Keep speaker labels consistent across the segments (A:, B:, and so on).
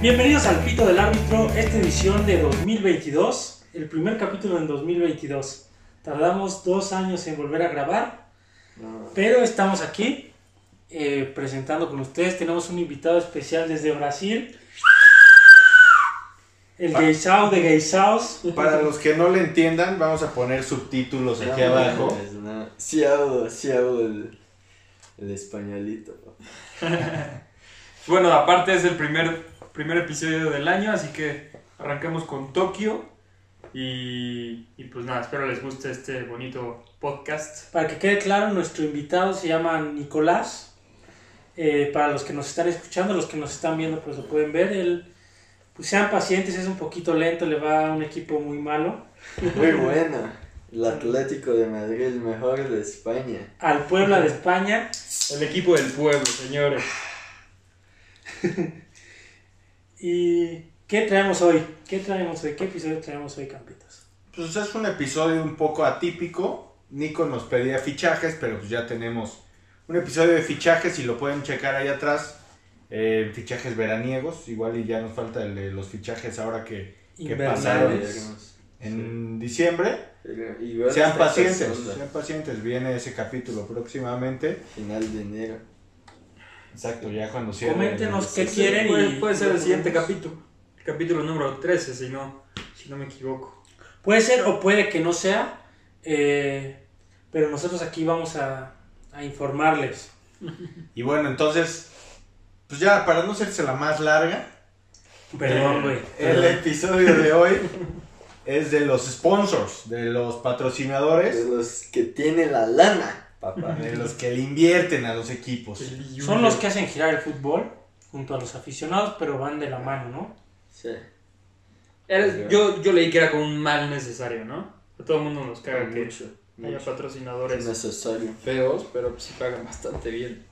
A: Bienvenidos al Pito del Árbitro, esta edición de 2022, el primer capítulo en 2022. Tardamos dos años en volver a grabar, pero estamos aquí eh, presentando con ustedes. Tenemos un invitado especial desde Brasil, el
B: Pa-
A: Geisao de Geisaos.
B: Para los que no le entiendan, vamos a poner subtítulos aquí abajo.
C: Es una- Ah, Sí hablo, sí hablo el, el españolito.
D: Bueno, aparte es el primer, primer episodio del año, así que arrancamos con Tokio. Y, y pues nada, espero les guste este bonito podcast.
A: Para que quede claro, nuestro invitado se llama Nicolás. Eh, para los que nos están escuchando, los que nos están viendo, pues lo pueden ver. Él, pues sean pacientes, es un poquito lento, le va a un equipo muy malo.
C: Muy buena. El Atlético de Madrid, el mejor de España.
A: Al Puebla de España.
D: El equipo del pueblo, señores.
A: ¿Y qué traemos hoy? ¿Qué traemos hoy? ¿Qué episodio traemos hoy, Campitos?
B: Pues es un episodio un poco atípico. Nico nos pedía fichajes, pero pues ya tenemos un episodio de fichajes y lo pueden checar ahí atrás. Eh, fichajes veraniegos, igual y ya nos falta el de los fichajes ahora que pasaron?
A: Invernales.
B: en diciembre.
C: Igual
B: Sean
C: hasta
B: pacientes,
C: segunda,
B: sean pacientes, viene ese capítulo próximamente.
C: Final de enero.
B: Exacto, ya cuando cierre.
A: Coméntenos qué
C: Sí,
A: quieren y-
D: Puede, puede ser el siguiente capítulo. El capítulo número 13, si no, si no me equivoco.
A: Puede ser o puede que no sea, eh, pero nosotros aquí vamos a, a informarles.
B: Y bueno, entonces, pues ya para no hacerse la más larga,
A: Perdón, güey.
B: El episodio de hoy es de los sponsors, de los
C: De
B: patrocinadores,
C: los que tiene la lana, papá.
B: de los que le invierten a los equipos.
D: El
A: Son los que hacen girar el fútbol junto a los aficionados, pero van de la mano, ¿no?
C: Sí.
D: Era- yo, yo leí que era como un mal necesario, ¿no? A todo el mundo nos caga que
C: Mucho.
D: haya
C: mucho. Es
D: patrocinadores
C: necesario.
D: feos, pero pues sí pagan bastante bien.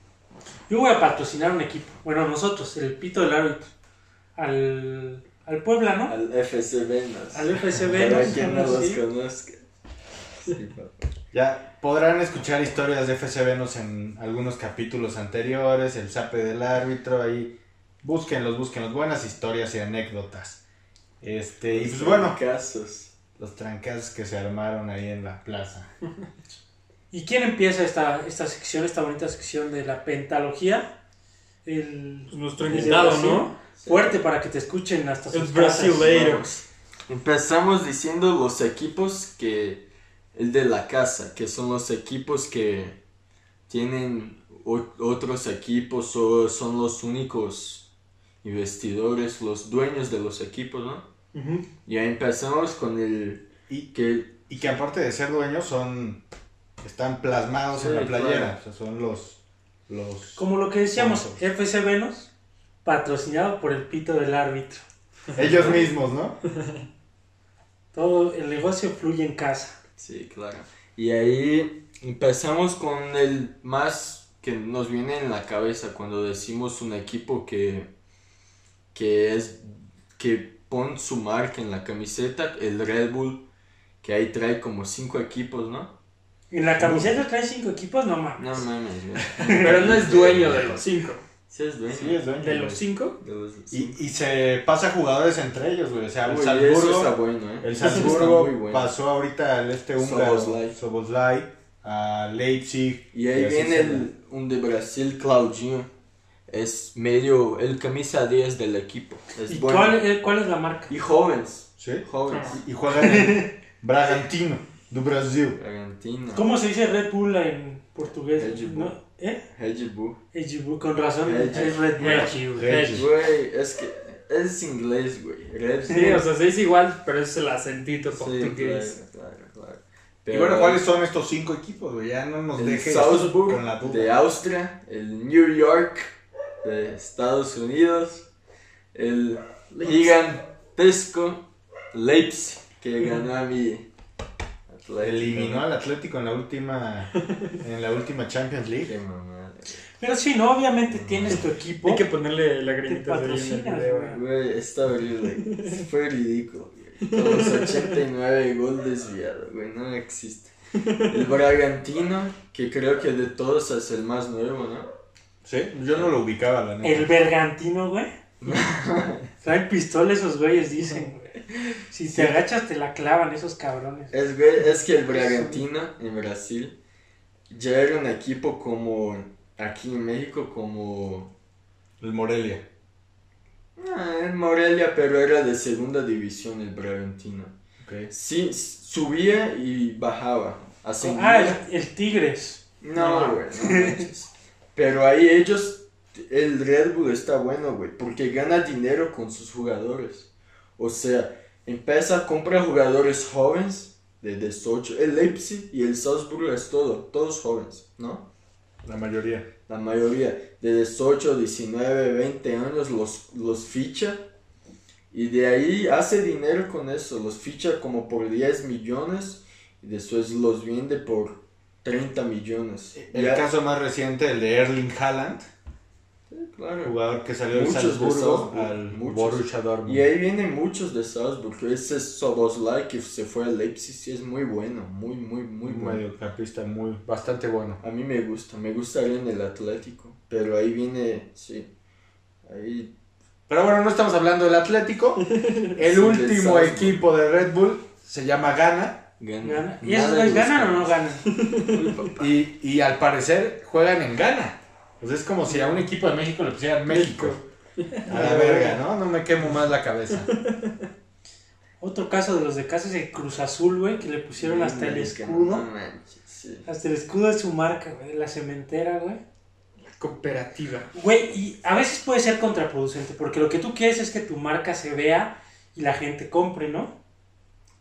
A: Yo voy a patrocinar un equipo. Bueno, nosotros, el pito del árbitro. Al, al Puebla, ¿no?
C: Al FC Venus.
A: Al FCB,
C: Para quien no
A: ¿no?
C: los
A: Sí.
C: conozca. Sí, papá.
B: Ya podrán escuchar historias de FC Venus en algunos capítulos anteriores, el sape del árbitro, ahí búsquenlos, búsquenlos, buenas historias y anécdotas. Este, y pues bueno,
C: Casos.
B: los trancazos que se armaron ahí en la plaza.
A: ¿Y quién empieza esta, esta sección, esta bonita sección de la pentalogía? El
D: Pues nuestro
A: Desde
D: invitado,
A: Brasil. eh.
D: ¿no?
A: fuerte para que te escuchen hasta
D: El
A: sus casas.
D: brasileiro.
C: Empezamos diciendo los equipos que. El de la casa, que son los equipos que tienen o- otros equipos o son los únicos investidores, los dueños de los equipos, ¿no? Ya empezamos con el.
B: Y,
C: que
B: y que aparte de ser dueños, son están plasmados en
C: Sí,
B: la playera,
C: claro.
B: o sea, son los... los
A: Como lo que decíamos, FC Venus, patrocinado por el pito del árbitro.
B: ellos mismos, ¿no?
A: Todo el negocio fluye en casa.
C: Sí, claro. Y ahí empezamos con el más que nos viene en la cabeza cuando decimos un equipo que, que es que pone su marca en la camiseta, el Red Bull, que ahí trae como cinco equipos, ¿no?
A: En la camiseta trae cinco equipos, no mames.
C: No mames, güey.
D: Pero no es dueño de los cinco.
C: Sí es dueño.
B: Sí, es dueño.
D: ¿De los cinco?
C: De los
B: Y,
C: cinco.
B: y se pasa jugadores entre ellos, güey. O sea, el
C: Uy, eso está
B: Salzburgo,
C: bueno, ¿eh?
B: el
C: Eso está
B: Salzburgo
C: muy bueno.
B: pasó ahorita al este húngaro,
C: Szoboszlai.
B: Soboslai, a Leipzig.
C: Y ahí
B: así
C: viene
B: se
C: el, un de Brasil, Claudinho. Es medio, el camisa 10 del equipo. Es
A: ¿Y
C: bueno.
A: cuál, eh, cuál es la marca?
C: Y jóvenes.
B: ¿Sí?
C: Jóvenes.
B: Y juegan en Bragantino, do Brasil.
C: Argentina.
A: ¿Cómo se dice Red Bull en portugués?
C: Edgebu.
A: ¿No? ¿Eh?
C: Red Bull.
A: Edgebu, con razón,
C: Edge-
A: es Red Bull.
B: Red Bull.
C: Güey, es que es inglés, güey. Red
D: Sí, o
C: Bull.
D: sea, se dice igual, pero es el acentito portugués.
C: claro, claro, claro.
B: Y bueno, ¿cuáles son estos cinco equipos, güey? Ya no nos
C: El
B: dejes
C: Salzburg
B: con la
C: de
B: duda.
C: Austria, el New York de Estados Unidos, el gigantesco Leipzig que ganó a mi Atlético.
B: Eliminó al Atlético en la última, en la última Champions League.
C: Qué mamada,
A: Pero sí, no, obviamente tienes tu equipo.
D: Hay que ponerle lagrimitas
A: Te
D: de ahí en el
A: patrocinas,
D: video. eh.
A: güey.
C: Güey, está horrible. Fue ridículo, güey. Con los 89 gol desviado, güey. No existe. El Bragantino, que creo que de todos es el más nuevo, ¿no?
B: Sí, yo no lo ubicaba, la neta.
A: El Bergantino, güey. Traen pistola esos güeyes, dicen, güey. Si te agachas, te la clavan esos cabrones.
C: Es, güey, es que el Bragantino en Brasil ya era un equipo como aquí en México, como
B: El Morelia.
C: ah, en Morelia, pero era de segunda división el Bragantino. Sí, s- subía y bajaba.
A: Ah,
C: ascendía.
A: el, el Tigres.
C: No,
D: No.
C: güey, no manches. Pero ahí ellos, el Red Bull está bueno, güey, porque gana dinero con sus jugadores. O sea, empieza a comprar jugadores jóvenes de 18. El Leipzig y el Salzburgo es todo, todos jóvenes, ¿no?
B: La mayoría.
C: La mayoría, de 18, 19, 20 años, los, los ficha. Y de ahí hace dinero con eso, los ficha como por 10 millones y después los vende por 30 millones.
B: El
C: Ya-
B: caso más reciente, el de Erling Haaland,
C: Claro.
B: jugador que salió del
C: Muchos de
B: Salzburgo
C: Salzburgo,
B: al
C: muchos.
B: Borussia Dortmund.
C: Y ahí vienen muchos de Salzburg. Ese Soboslai que se fue al Leipzig sí es muy bueno, muy, muy, muy
B: un
C: bueno.
B: mediocampista muy, bastante bueno.
C: A mí me gusta, me gustaría en el Atlético, pero ahí viene, sí. Ahí
B: Pero bueno, no estamos hablando del Atlético. El
C: Sí,
B: último
C: del Salzburgo.
B: equipo de Red Bull se llama Ghana
A: Gana. ¿Y esos güeyes ganan o no ganan?
B: y, y al parecer juegan en Ghana. Pues es como si a un equipo de México le pusieran México. A la verga, ¿no? No me quemo más la cabeza.
A: Otro caso de los de casa es el Cruz Azul, güey, que le pusieron hasta el
C: No
A: escudo.
C: manches, sí.
A: Hasta el escudo de su marca, güey, de la cementera, güey.
D: Cooperativa.
A: Güey, y a veces puede ser contraproducente, porque lo que tú quieres es que tu marca se vea y la gente compre, ¿no?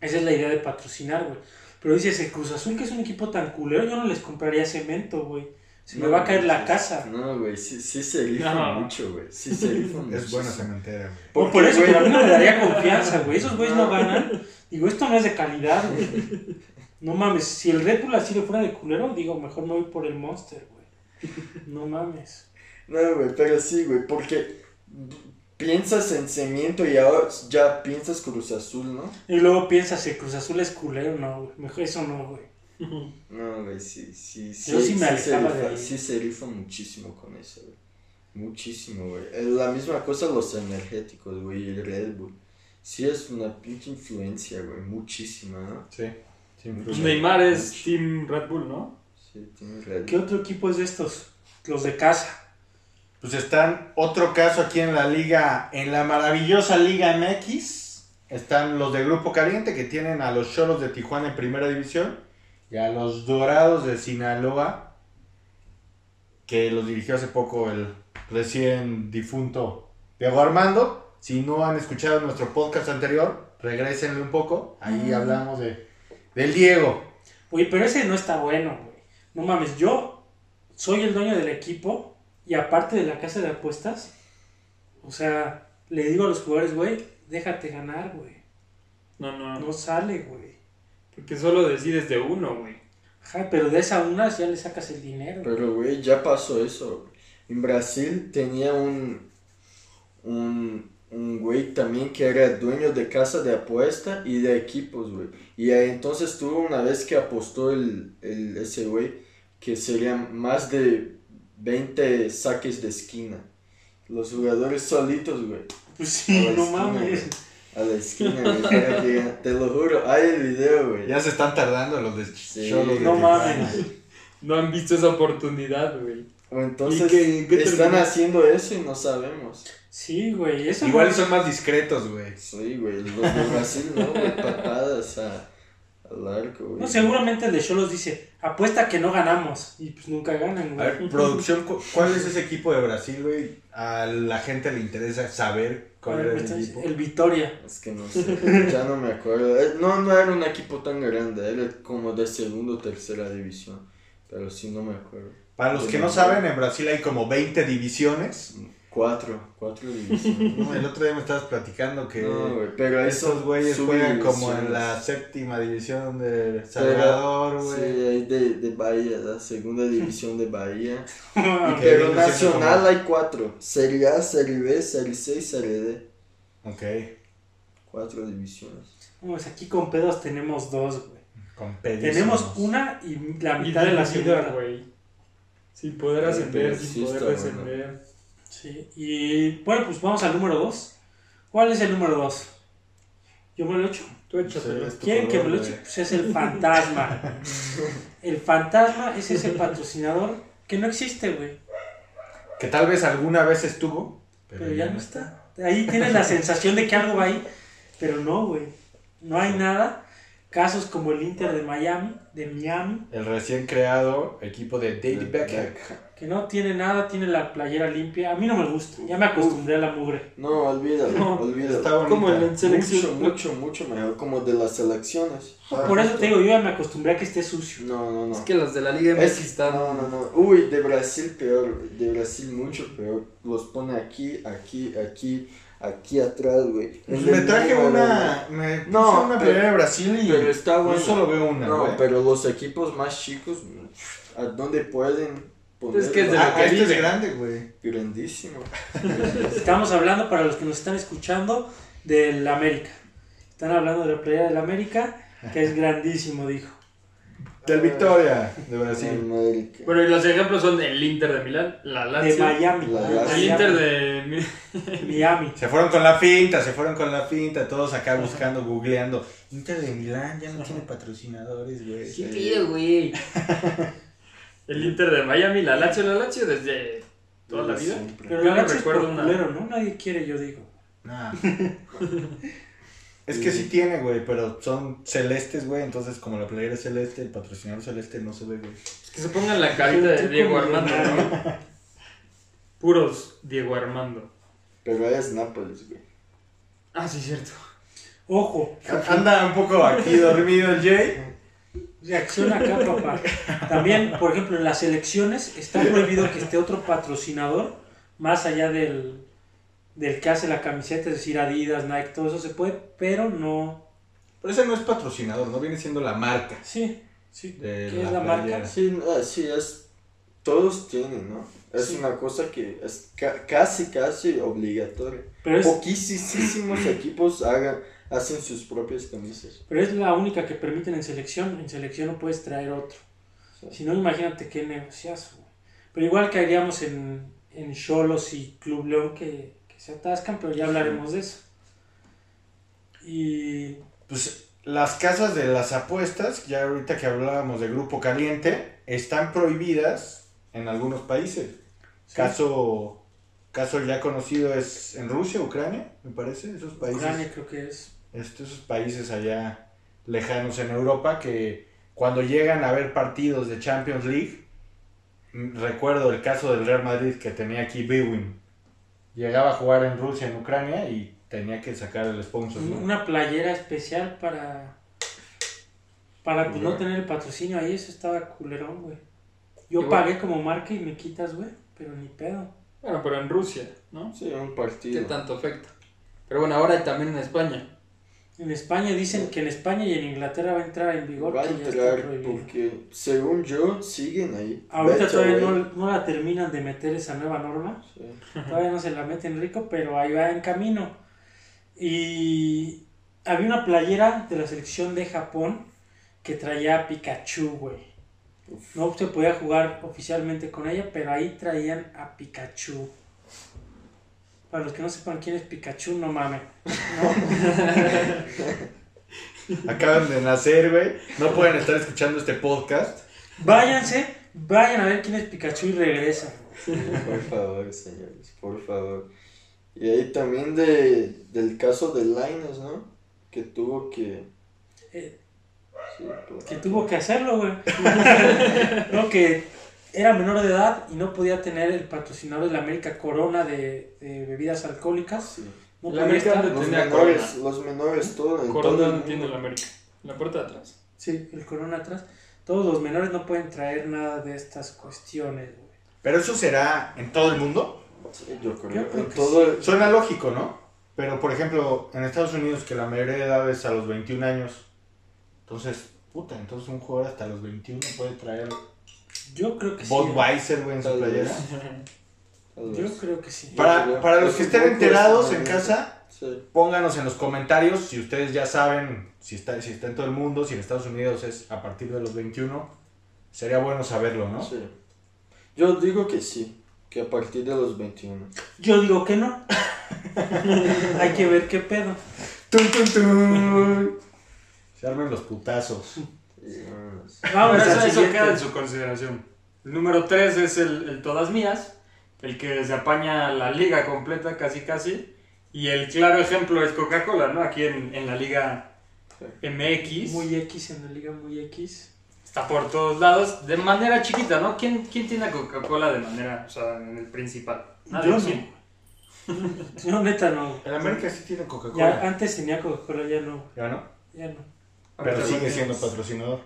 A: Esa es la idea de patrocinar, güey. Pero dices, el Cruz Azul, que es un equipo tan culero, yo no les compraría cemento, güey. Se me
C: No,
A: va a caer la
C: sí,
A: casa.
C: No, güey, sí, sí se rifa
D: No.
C: mucho, güey. Sí se rifa mucho.
B: Es buena cementera, güey.
A: Por, por eso, pero a mí no me daría confianza, güey. Esos güeyes no ganan. Digo, esto no es de calidad, güey. No mames, si el Red Bull así le fuera de culero, digo, mejor me voy por el Monster, güey. No mames.
C: No, güey, pero sí, güey, porque piensas en cemento y ahora ya piensas Cruz Azul, ¿no?
A: Y luego piensas, el Cruz Azul es culero, no, güey. Mejor eso no, güey.
C: Pues No, güey, sí, sí, sí.
A: Yo sí me
C: se
A: alejaba de
C: rifa,
A: ahí.
C: sí se rifa muchísimo con eso, güey. Muchísimo, güey. Es la misma cosa los energéticos, güey, y el Red Bull. Sí es una pinche influencia, güey, muchísima, ¿no?
B: Sí. sí,
D: Pues
B: influye.
D: Neymar es Team Red Bull, ¿no?
C: Sí, tiene Red
A: ¿Qué
C: Bull.
A: otro equipo es de estos? Los de casa.
B: Pues están otro caso aquí en la liga, en la maravillosa Liga MX. Están los de Grupo Caliente que tienen a los Choros de Tijuana en primera división y a los Dorados de Sinaloa que los dirigió hace poco el recién difunto Diego Armando. Si no han escuchado nuestro podcast anterior, regrésenle un poco. Ahí hablamos de, del Diego.
A: Oye, pero ese no está bueno, güey. No mames, yo soy el dueño del equipo y aparte de la casa de apuestas, o sea, le digo a los jugadores, güey, déjate ganar, güey.
D: No, no.
A: No sale, güey.
D: Porque solo decides de uno, güey.
A: Ajá, pero de esa una ya le sacas el dinero.
C: Pero, güey, ya pasó eso. güey. En Brasil tenía un, un, un güey también que era dueño de casa de apuesta y de equipos, güey. Y ahí entonces tuvo una vez que apostó el, el, ese güey que serían más de 20 saques de esquina. Los jugadores solitos, güey.
A: pues sí,
C: a la
A: no
C: esquina,
A: mames.
C: güey. A la esquina, güey. para que gane. Te lo juro, hay el video, güey.
B: Ya se están tardando los de
C: Sí.
B: Cholos de
A: No
B: Tijuana.
A: mames.
D: No han visto esa oportunidad, güey.
C: O entonces
D: qué- qué
C: están
D: terminó?
C: haciendo eso y no sabemos.
A: Sí, güey. Eso
B: Igual
A: no-
B: son más discretos, güey.
C: Sí, güey, los de Brasil no, güey, patadas a, al arco, güey.
A: No, seguramente el de Cholos dice, apuesta que no ganamos. Y pues nunca ganan,
B: A
A: güey.
B: ver, producción, cu- ¿cuál es ese equipo de Brasil, güey? A la gente le interesa saber cuál era el equipo.
A: el Vitoria.
C: Es que no sé, ya no me acuerdo. Eh, No, no era un equipo tan grande, era como de segunda o tercera división. Pero sí, no me acuerdo.
B: Para los que no saben, en Brasil hay como 20 divisiones.
C: Cuatro, cuatro divisiones.
B: ¿no? El otro día me estabas platicando que
C: No, güey, pero
B: esos güeyes
C: juegan
B: juegan como en la séptima división de El
C: Pero-
B: Salvador,
C: Sí,
B: güey.
C: ahí de, de Bahía, la segunda división de Bahía.
B: que
C: Pero
B: viene siendo
C: nacional
B: como-
C: hay cuatro. Serie A, Serie B, Serie C y Serie D.
B: Ok,
C: Cuatro divisiones.
A: No, pues aquí con pedos tenemos dos, güey.
B: con pedísimos.
A: Tenemos una y la
D: Y
A: mitad de la
D: dividida,
A: ciudad.
D: güey. Sin poder
C: Pero
D: ascender,
C: sí
D: sin poder
C: está bueno.
D: descender.
A: Sí, y bueno, pues vamos al número 2. ¿Cuál es el número 2? Yo me lo echo.
D: Tú échatelo.
B: Sí.
A: ¿Quieren que me lo
B: Por favor,
A: eche? Pues es el fantasma. El fantasma es ese patrocinador que no existe, güey.
B: Que tal vez alguna vez estuvo,
A: Pero ya no está. Ahí tienes la sensación de que algo va ahí. Pero no, güey. No hay nada. Casos como el Inter de Miami, de Miami,
B: El recién creado equipo de David Beckham.
A: que no tiene nada, tiene la playera limpia. A mí no me gusta. Ya me acostumbré a la mugre.
C: No, olvídalo,
A: No,
C: olvídalo.
B: está bonita.
D: Como en la
C: Mucho,
D: selección.
C: mucho, mucho mejor, como de las selecciones.
A: Ah, Por eso te digo, yo ya me acostumbré a que esté sucio.
C: No, no, no.
E: Es que los de la Liga MX
C: Es-
E: están.
C: No, no, no. Uy, de Brasil peor, güey. de Brasil mucho peor. Los pone aquí, aquí, aquí, aquí atrás, güey.
B: Pues
C: En
B: me
C: el
B: traje
C: número,
B: una. Me puse
C: No,
B: una
C: pero-
B: primera de Brasil y.
C: güey. Pero está
B: yo
C: bueno.
B: solo veo una,
C: no,
B: güey.
C: pero los equipos más chicos, ¿a dónde pueden poner?
E: Es que es de
B: Ah,
E: lo que
B: este es
E: vive.
B: grande, güey.
C: grandísimo.
A: Estamos hablando, para los que nos están escuchando, del América. Están hablando de la playera del América, que es grandísimo, dijo.
B: Del Victoria, de
C: En
B: Brasil.
C: América.
D: Bueno, y los ejemplos son el Inter de Milán, la
A: De
D: Lazio,
A: Miami.
C: La-
A: De
D: el Inter de... Mi-
A: Miami.
B: Se fueron con la finta, se fueron con la finta, todos acá buscando, googleando. Inter de Milán ya no tiene patrocinadores, güey.
C: Sí.
E: güey?
D: El Inter de Miami, la Lazio, la Lazio desde toda la vida.
C: Siempre.
A: Pero
D: Yo
A: el
D: no
A: Atlas es
D: recuerdo
A: por
D: una-
A: culero, ¿no? Nadie quiere, yo digo.
B: Nah. es que sí tiene, güey, pero son celestes, güey. Entonces, como la playera es celeste, el patrocinador celeste no se ve, güey.
D: Es que se pongan la carita de Diego Armando, ¿no? Puros Diego Armando.
C: Pero es Nápoles, güey.
D: Ah, sí, cierto.
A: Ojo,
B: Anda un poco aquí dormido el Jay.
A: reacciona acá, papá. También, por ejemplo, en las elecciones está prohibido que esté otro patrocinador más allá del, del que hace la camiseta, es decir, Adidas, Nike, todo eso se puede, pero no.
B: Pero ese no es patrocinador, no viene siendo la marca.
A: Sí, sí.
B: De
A: ¿Qué es la marca?
B: playera.
C: Sí, ah, sí, es. Todos tienen, ¿no? Es
A: Sí.
C: una cosa que es ca- casi, casi obligatoria.
A: Pero es,
C: Poquísimos equipos hagan, hacen sus propias camisas.
A: pero es la única que permiten en selección. En selección no puedes traer otro.
C: Sí.
A: Si no, imagínate qué negociazo. güey. Pero igual caeríamos en, en Cholos y Club León que, que se atascan, pero ya hablaremos de eso. Y
B: Pues las casas de las apuestas, ya ahorita que hablábamos de grupo caliente, están prohibidas en algunos países.
A: sí,
B: Caso, caso ya conocido es en Rusia, Ucrania, me parece, esos países,
A: Ucrania creo que es.
B: este, esos países allá lejanos en Europa que cuando llegan a ver partidos de Champions League, mm, recuerdo el caso del Real Madrid que tenía aquí Bewin, llegaba a jugar en Rusia, en Ucrania y tenía que sacar el sponsor. ¿no?
A: Una playera especial para. Para pues, no tener el patrocinio ahí, eso estaba culerón, güey. Yo
D: Igual.
A: pagué como marca y me quitas, güey, pero ni pedo.
D: Bueno, pero en Rusia, ¿no?
C: Sí, un
E: ¿Qué
C: partido.
E: tanto afecta?
D: Pero bueno, ahora también en España.
A: En España dicen que en España y en Inglaterra va a entrar en vigor
C: Va a
A: que ya está
C: entrar
A: prohibido.
C: porque, según yo, siguen ahí.
A: Ahorita
C: Vete,
A: todavía no,
C: güey.
A: no la terminan de meter esa nueva norma.
C: Sí.
A: Todavía no se la meten rico, pero ahí va en camino. Y había una playera de la selección de Japón que traía a Pikachu, güey.
C: Uf.
A: No se podía jugar oficialmente con ella, pero ahí traían a Pikachu. Para los que no sepan quién es Pikachu, no mames.
B: Acaban de nacer, güey, no pueden estar escuchando este podcast.
A: Váyanse, vayan a ver quién es Pikachu y regresan.
C: Por favor, señores, por favor. Y ahí también de, del caso de Linus, ¿no? Que tuvo que...
A: Eh,
C: sí, por-
A: que tuvo que hacerlo, güey. no, que era menor de edad y no podía tener el patrocinador de la América Corona de, de bebidas alcohólicas.
C: sí.
A: No podía
D: La América
A: estar.
D: no-
C: Los
D: Tenía
C: menores, los menores, todo. en todo el
D: Corona no
C: mundo.
D: tiene la América. La puerta de atrás.
A: Sí, el Corona atrás. Todos los menores no pueden traer nada de estas cuestiones, güey.
B: Pero eso será en todo el mundo.
C: Sí, yo creo.
A: Yo creo
C: en
A: que
C: todo el-
B: Suena lógico, ¿no? Pero, por ejemplo, en Estados Unidos, que la mayoría de edad es a los 21 años, entonces, puta, entonces un jugador hasta los 21 puede traer
A: Yo creo que sí. güey.
B: Budweiser, güey, en su
C: Tal vez.
B: playera.
C: Tal vez.
A: Yo creo que sí.
B: Para, para los
C: Es
B: que
C: un
B: estén
C: poco
B: enterados en
C: extravagante.
B: casa,
C: Sí.
B: pónganos en los comentarios si ustedes ya saben, si está, si está en todo el mundo, si en Estados Unidos es a partir de los 21. Sería bueno saberlo, ¿no?
C: Sí. Yo digo que sí. Que a partir de los 21.
A: Yo digo que no. Hay que ver qué pedo.
B: Tun, tun, tun. Se arman los putazos.
A: Vamos
D: Pero
A: Pues al
D: Ah, eso, eso
A: siguiente.
D: queda en su consideración. El número 3 es el, el Todas Mías, el que se apaña la liga completa casi casi. Y el claro ejemplo es Coca-Cola, ¿no? Aquí en, en la liga MX.
A: Muy X en la liga, muy X.
D: Está por todos lados, de manera chiquita, ¿no? ¿Quién, quién tiene a Coca-Cola de manera, o sea, en el principal? Nadie,
A: Yo
D: ¿sí?
A: no. No, neta, no.
B: En América sí tiene
A: Ya, ah.
B: Coca-Cola.
A: antes tenía Coca-Cola, ya no.
B: Ya no.
A: Ya no.
B: Pero
D: Ahorita
B: sigue
D: lo
B: siendo
D: tienes.
B: patrocinador.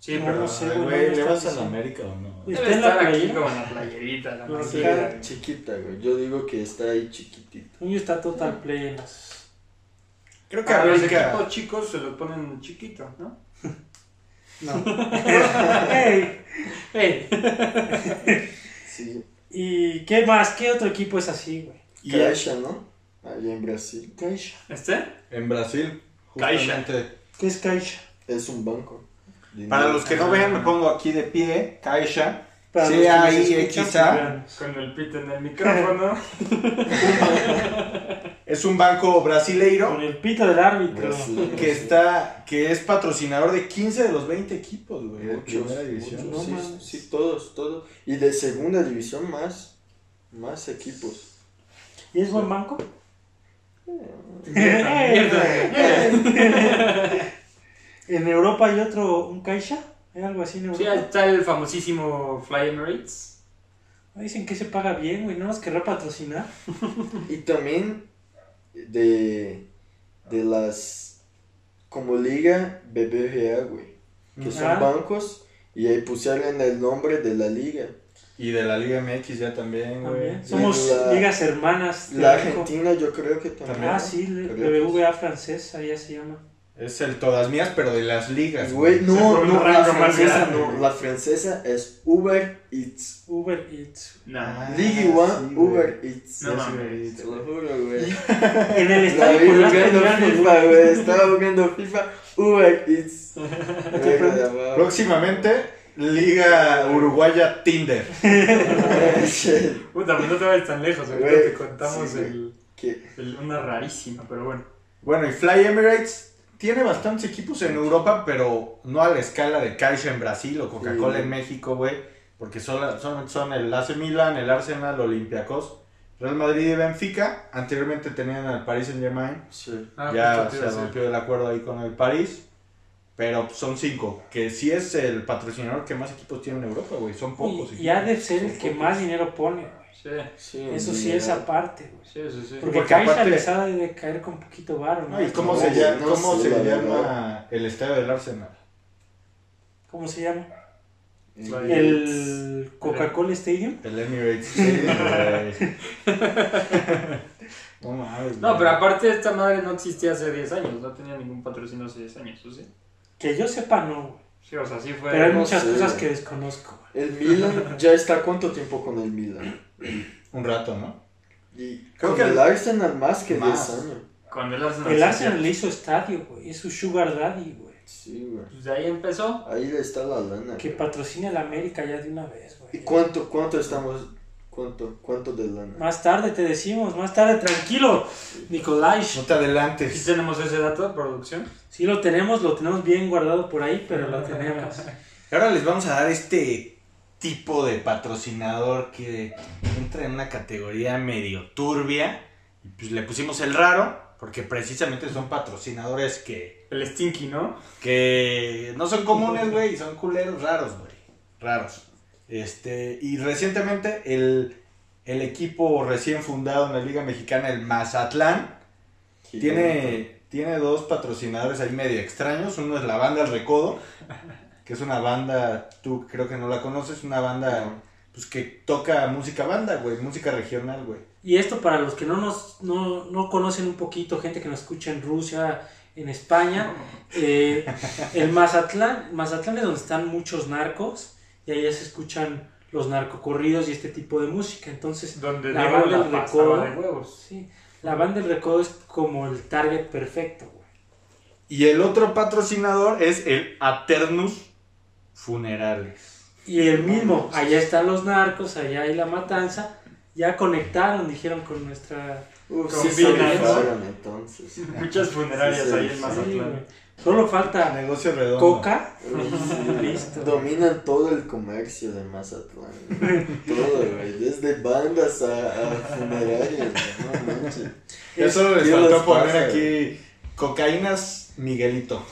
D: Sí,
A: No,
D: pero
A: no sé,
B: Ay,
A: güey, no
B: güey, ¿le
A: está
B: vas a la
A: diciendo.
B: América o no?
A: ¿Está
D: debe
A: en la
D: estar aquí
A: playera?
D: como en la playerita, la
A: No,
D: más
A: sí.
D: ligera.
C: Chiquita, güey. Yo digo que está ahí chiquitita.
A: Uy, está Total Play en las-
B: Creo
D: A Ah, los
B: Ah,
D: equipos chicos se los ponen chiquito, ¿no?
A: No. Ey, ey.
C: Sí.
A: ¿Y qué más? ¿Qué otro equipo es así, güey?
B: Y
C: Caixa, ¿no? Allá en Brasil.
A: Caixa.
D: ¿Este?
B: en Brasil,
D: Caixa.
B: justamente.
A: ¿Qué es Caixa?
C: Es un banco.
B: Para
C: Dinero.
B: los que no vean, me pongo aquí de pie. Caixa.
A: Para los que nos escuchan,
B: C-A-I-X-A.
A: vean.
D: Con el pit en el micrófono.
B: Es un banco brasileiro
A: Con el pito del árbitro.
C: Brasileños,
B: que
C: Pues sí.
B: está que es patrocinador de 15 de los 20 equipos, güey, de
C: Muchos,
B: primera división.
C: muchos,
A: No
C: sí,
A: mames.
C: sí, todos, todos. Y de segunda división más, más equipos.
A: ¿Y es buen banco? en Europa hay otro, un Caixa. ¿Hay algo así en
D: Sí,
A: Europa?
D: ahí está el famosísimo Fly Emirates.
A: Ah, Dicen que se paga bien, güey. ¿No nos querrá patrocinar?
C: Y también de, de las como Liga BBVA, güey. Que son
A: Ah.
C: bancos y ahí pusieron el nombre de la liga.
B: Y de la Liga MX ya también, güey.
A: También. Somos
C: la-
A: ligas hermanas. de
C: La
A: banco.
C: Argentina yo creo que también.
A: Ah, sí, le-
C: Creo que
A: BBVA francesa, ya se llama.
B: Es el todas mías, pero de las ligas.
C: Güey,
B: güey.
D: fue
C: no,
D: un
C: no, la
D: rango más
C: francesa
D: grande,
C: no.
D: güey.
C: La francesa es Uber Eats.
A: Uber Eats.
D: No.
C: Ligue One,
B: sí, güey.
C: Uber Eats.
D: No
B: Ya
D: mames.
B: se me
C: Te
B: hizo,
C: lo
B: güey.
C: juro, güey.
A: En el
C: La
A: estadio
C: vi
A: Polanco
C: jugando
A: jugaron el
C: FIFA, güey. Estaba jugando FIFA Uber Eats. Verga, la madre.
B: Próximamente, Liga Uruguaya Tinder.
C: Shit.
D: Puta, pues no te vayas tan lejos. Ahorita
C: Güey,
D: te contamos
C: sí, güey.
D: el-
C: Que-
D: el- una rarísima, pero bueno.
B: Bueno, y Fly Emirates tiene bastantes equipos en Europa, pero no a la escala de Caixa en Brasil o Coca-Cola
C: Sí.
B: en México, güey. Porque son, son, son el AC Milan, el Arsenal, Olympiacos, Real Madrid y Benfica. Anteriormente tenían al Paris Saint Germain.
C: Sí.
D: Ah,
B: ya
D: justo te
B: se
D: iba a decir.
B: rompió el acuerdo ahí con el París. Pero son cinco, que sí es el patrocinador que más equipos tiene en Europa, güey. Son pocos.
A: Y, y
B: equipos.
A: ha de ser el que más dinero pone. güey.
D: Sí,
C: Sí,
A: Eso
C: ni
A: sí es
C: idea.
A: aparte, güey.
D: sí, sí. sí.
A: Porque,
B: Porque
A: Caixa
B: aparte-
A: les ha de caer con poquito varo, ¿no?
B: No, ¿Y cómo
C: No,
B: se, llama,
C: no
B: cómo
C: sé,
B: se
C: la
B: llama el estadio del Arsenal?
A: ¿Cómo se llama?
C: Uber Eats.
A: El Coca-Cola Stadium.
B: El Emirates. Sí, güey. no mames.
D: No,
B: güey.
D: pero aparte esta madre no existía hace 10 años. No tenía ningún patrocinio hace 10 años, ¿o sí?
A: Que yo sepa, no, güey.
D: Sí, o sea, sí fue...
A: Pero hay
C: no
A: muchas
C: sé,
A: cosas
C: güey.
A: que desconozco, güey.
C: El Milan ya está cuánto tiempo con el Milan.
B: Un rato, ¿no?
C: Y
B: Creo
C: con
B: que-
C: el Arsenal más que
B: Más.
C: 10 años.
D: Con el Arsenal.
A: El
D: sí,
A: Arsenal
D: sí.
A: le hizo estadio, güey. Es su Sugar Daddy, güey.
C: Sí, güey.
D: Pues de ahí empezó.
C: Ahí está la lana.
A: Que patrocina el América ya de una vez,
C: ¿Y
A: güey.
C: cuánto, cuánto estamos? ¿Cuánto, cuánto de
D: Ah,
C: lana?
A: Más tarde te decimos, más tarde, tranquilo, Nicolai.
B: No te
D: Sí
B: adelantes.
D: tenemos ese dato, producción.
A: Sí lo tenemos, lo tenemos bien guardado por ahí, pero lo tenemos.
B: Ahora les vamos a dar este tipo de patrocinador que entra en una categoría medio turbia. Y pues le pusimos el raro, porque precisamente son patrocinadores que,
D: El Stinky, ¿no?
B: que no son comunes, güey, y son culeros raros, güey. Raros. Este, y recientemente el, el equipo recién fundado en la Liga Mexicana, el Mazatlán, Tiene, tiene dos patrocinadores ahí medio extraños. Uno es la banda El Recodo, que es una banda, tú creo que no la conoces, una banda pues que toca música banda, güey, música regional, güey.
A: Y esto para los que no nos no, no conocen un poquito, gente que nos escucha en Rusia, en España, eh, el Mazatlán, Mazatlán es donde están muchos narcos y allá se escuchan los narcocorridos y este tipo de música. Entonces,
D: Donde
A: La
D: Diego
A: banda
D: la
A: del recodo.
D: pasaba de huevos.
A: sí, la banda del recodo es como el target perfecto, güey.
B: Y el otro patrocinador es el Aternus Funerales.
A: Y el mismo, allá están los narcos, allá hay la matanza. Ya conectaron, dijeron, con nuestra.
C: Uf,
D: Con
C: sí se
D: Vinas.
C: rifaron entonces.
D: Muchas funerarias
C: Sí, sí,
D: ahí en
C: sí,
A: Sí, güey.
D: Mazatlán.
A: Solo falta
B: Negocio redondo.
A: coca. Listo.
C: Listo. Dominan todo el comercio de Mazatlán. güey. todo, güey. Desde bandas a, a funerarias. güey. No manches.
B: Ya solo les
C: ¿Qué les pasa,
B: faltó poner aquí cocaínas Miguelito.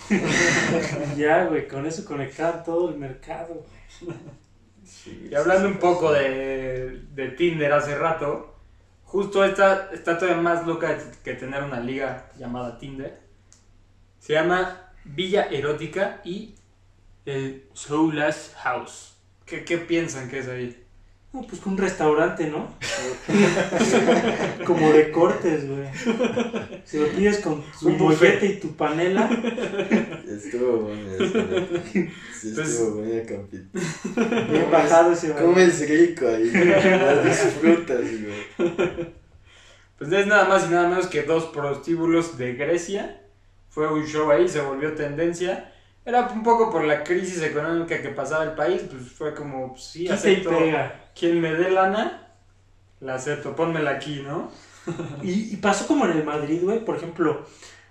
A: Y Ya, güey, con eso conectaron todo el mercado. güey.
D: Y hablando un poco de, de Tinder hace rato, justo esta está todavía más loca que tener una liga llamada Tinder. Se llama Villa Erótica y el Soulless House. ¿Qué, qué piensan que es ahí?
A: No, pues un restaurante, ¿no? Como de cortes, güey. Si lo pides con
D: Un
A: tu
D: buffet.
A: bufete y tu panela,
C: Estuvo bueno eso. neta. Sí,
A: Pues,
C: estuvo bueno, capitán.
A: bien bajado ese güey.
C: Comes rico ahí, las disfrutas, güey.
D: Pues es nada más y nada menos que dos prostíbulos de Grecia. Fue un show ahí, se volvió tendencia. Era un poco por la crisis económica que pasaba el país, pues fue como, pues, sí,
A: Quita y
D: acepto.
A: pega.
D: Quien me dé lana, la acepto, pónmela aquí, ¿no?
A: Y, y pasó como en el Madrid, güey. Por ejemplo,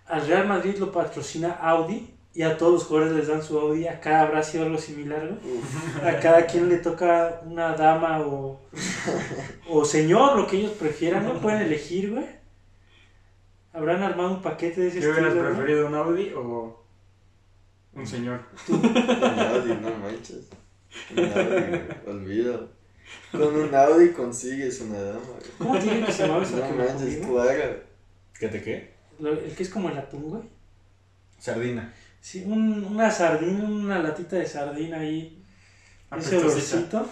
A: al Real Madrid lo patrocina Audi y a todos los jugadores les dan su Audi. Acá habrá sido algo similar, güey.
C: Uf,
A: A cada quien le toca una dama o, o señor, lo que ellos prefieran, no pueden elegir, güey. Habrán armado un paquete de ese
D: ¿Yo hubieras
A: estilo, ¿no?
D: preferido un Audi o un señor?
C: un Audi, no manches. Un Audi, güey, olvido. Con un Audi consigues una dama, güey.
A: ¿Cómo tiene que se llamaba eso?
C: No
A: que me
C: manches,
A: comí,
C: claro.
B: ¿Qué te qué?
A: güey? Lo- El que es como el atún, güey.
B: Sardina.
A: Sí, un- una sardina, una latita de sardina ahí. Ese
D: Apestosita.
A: olorcito.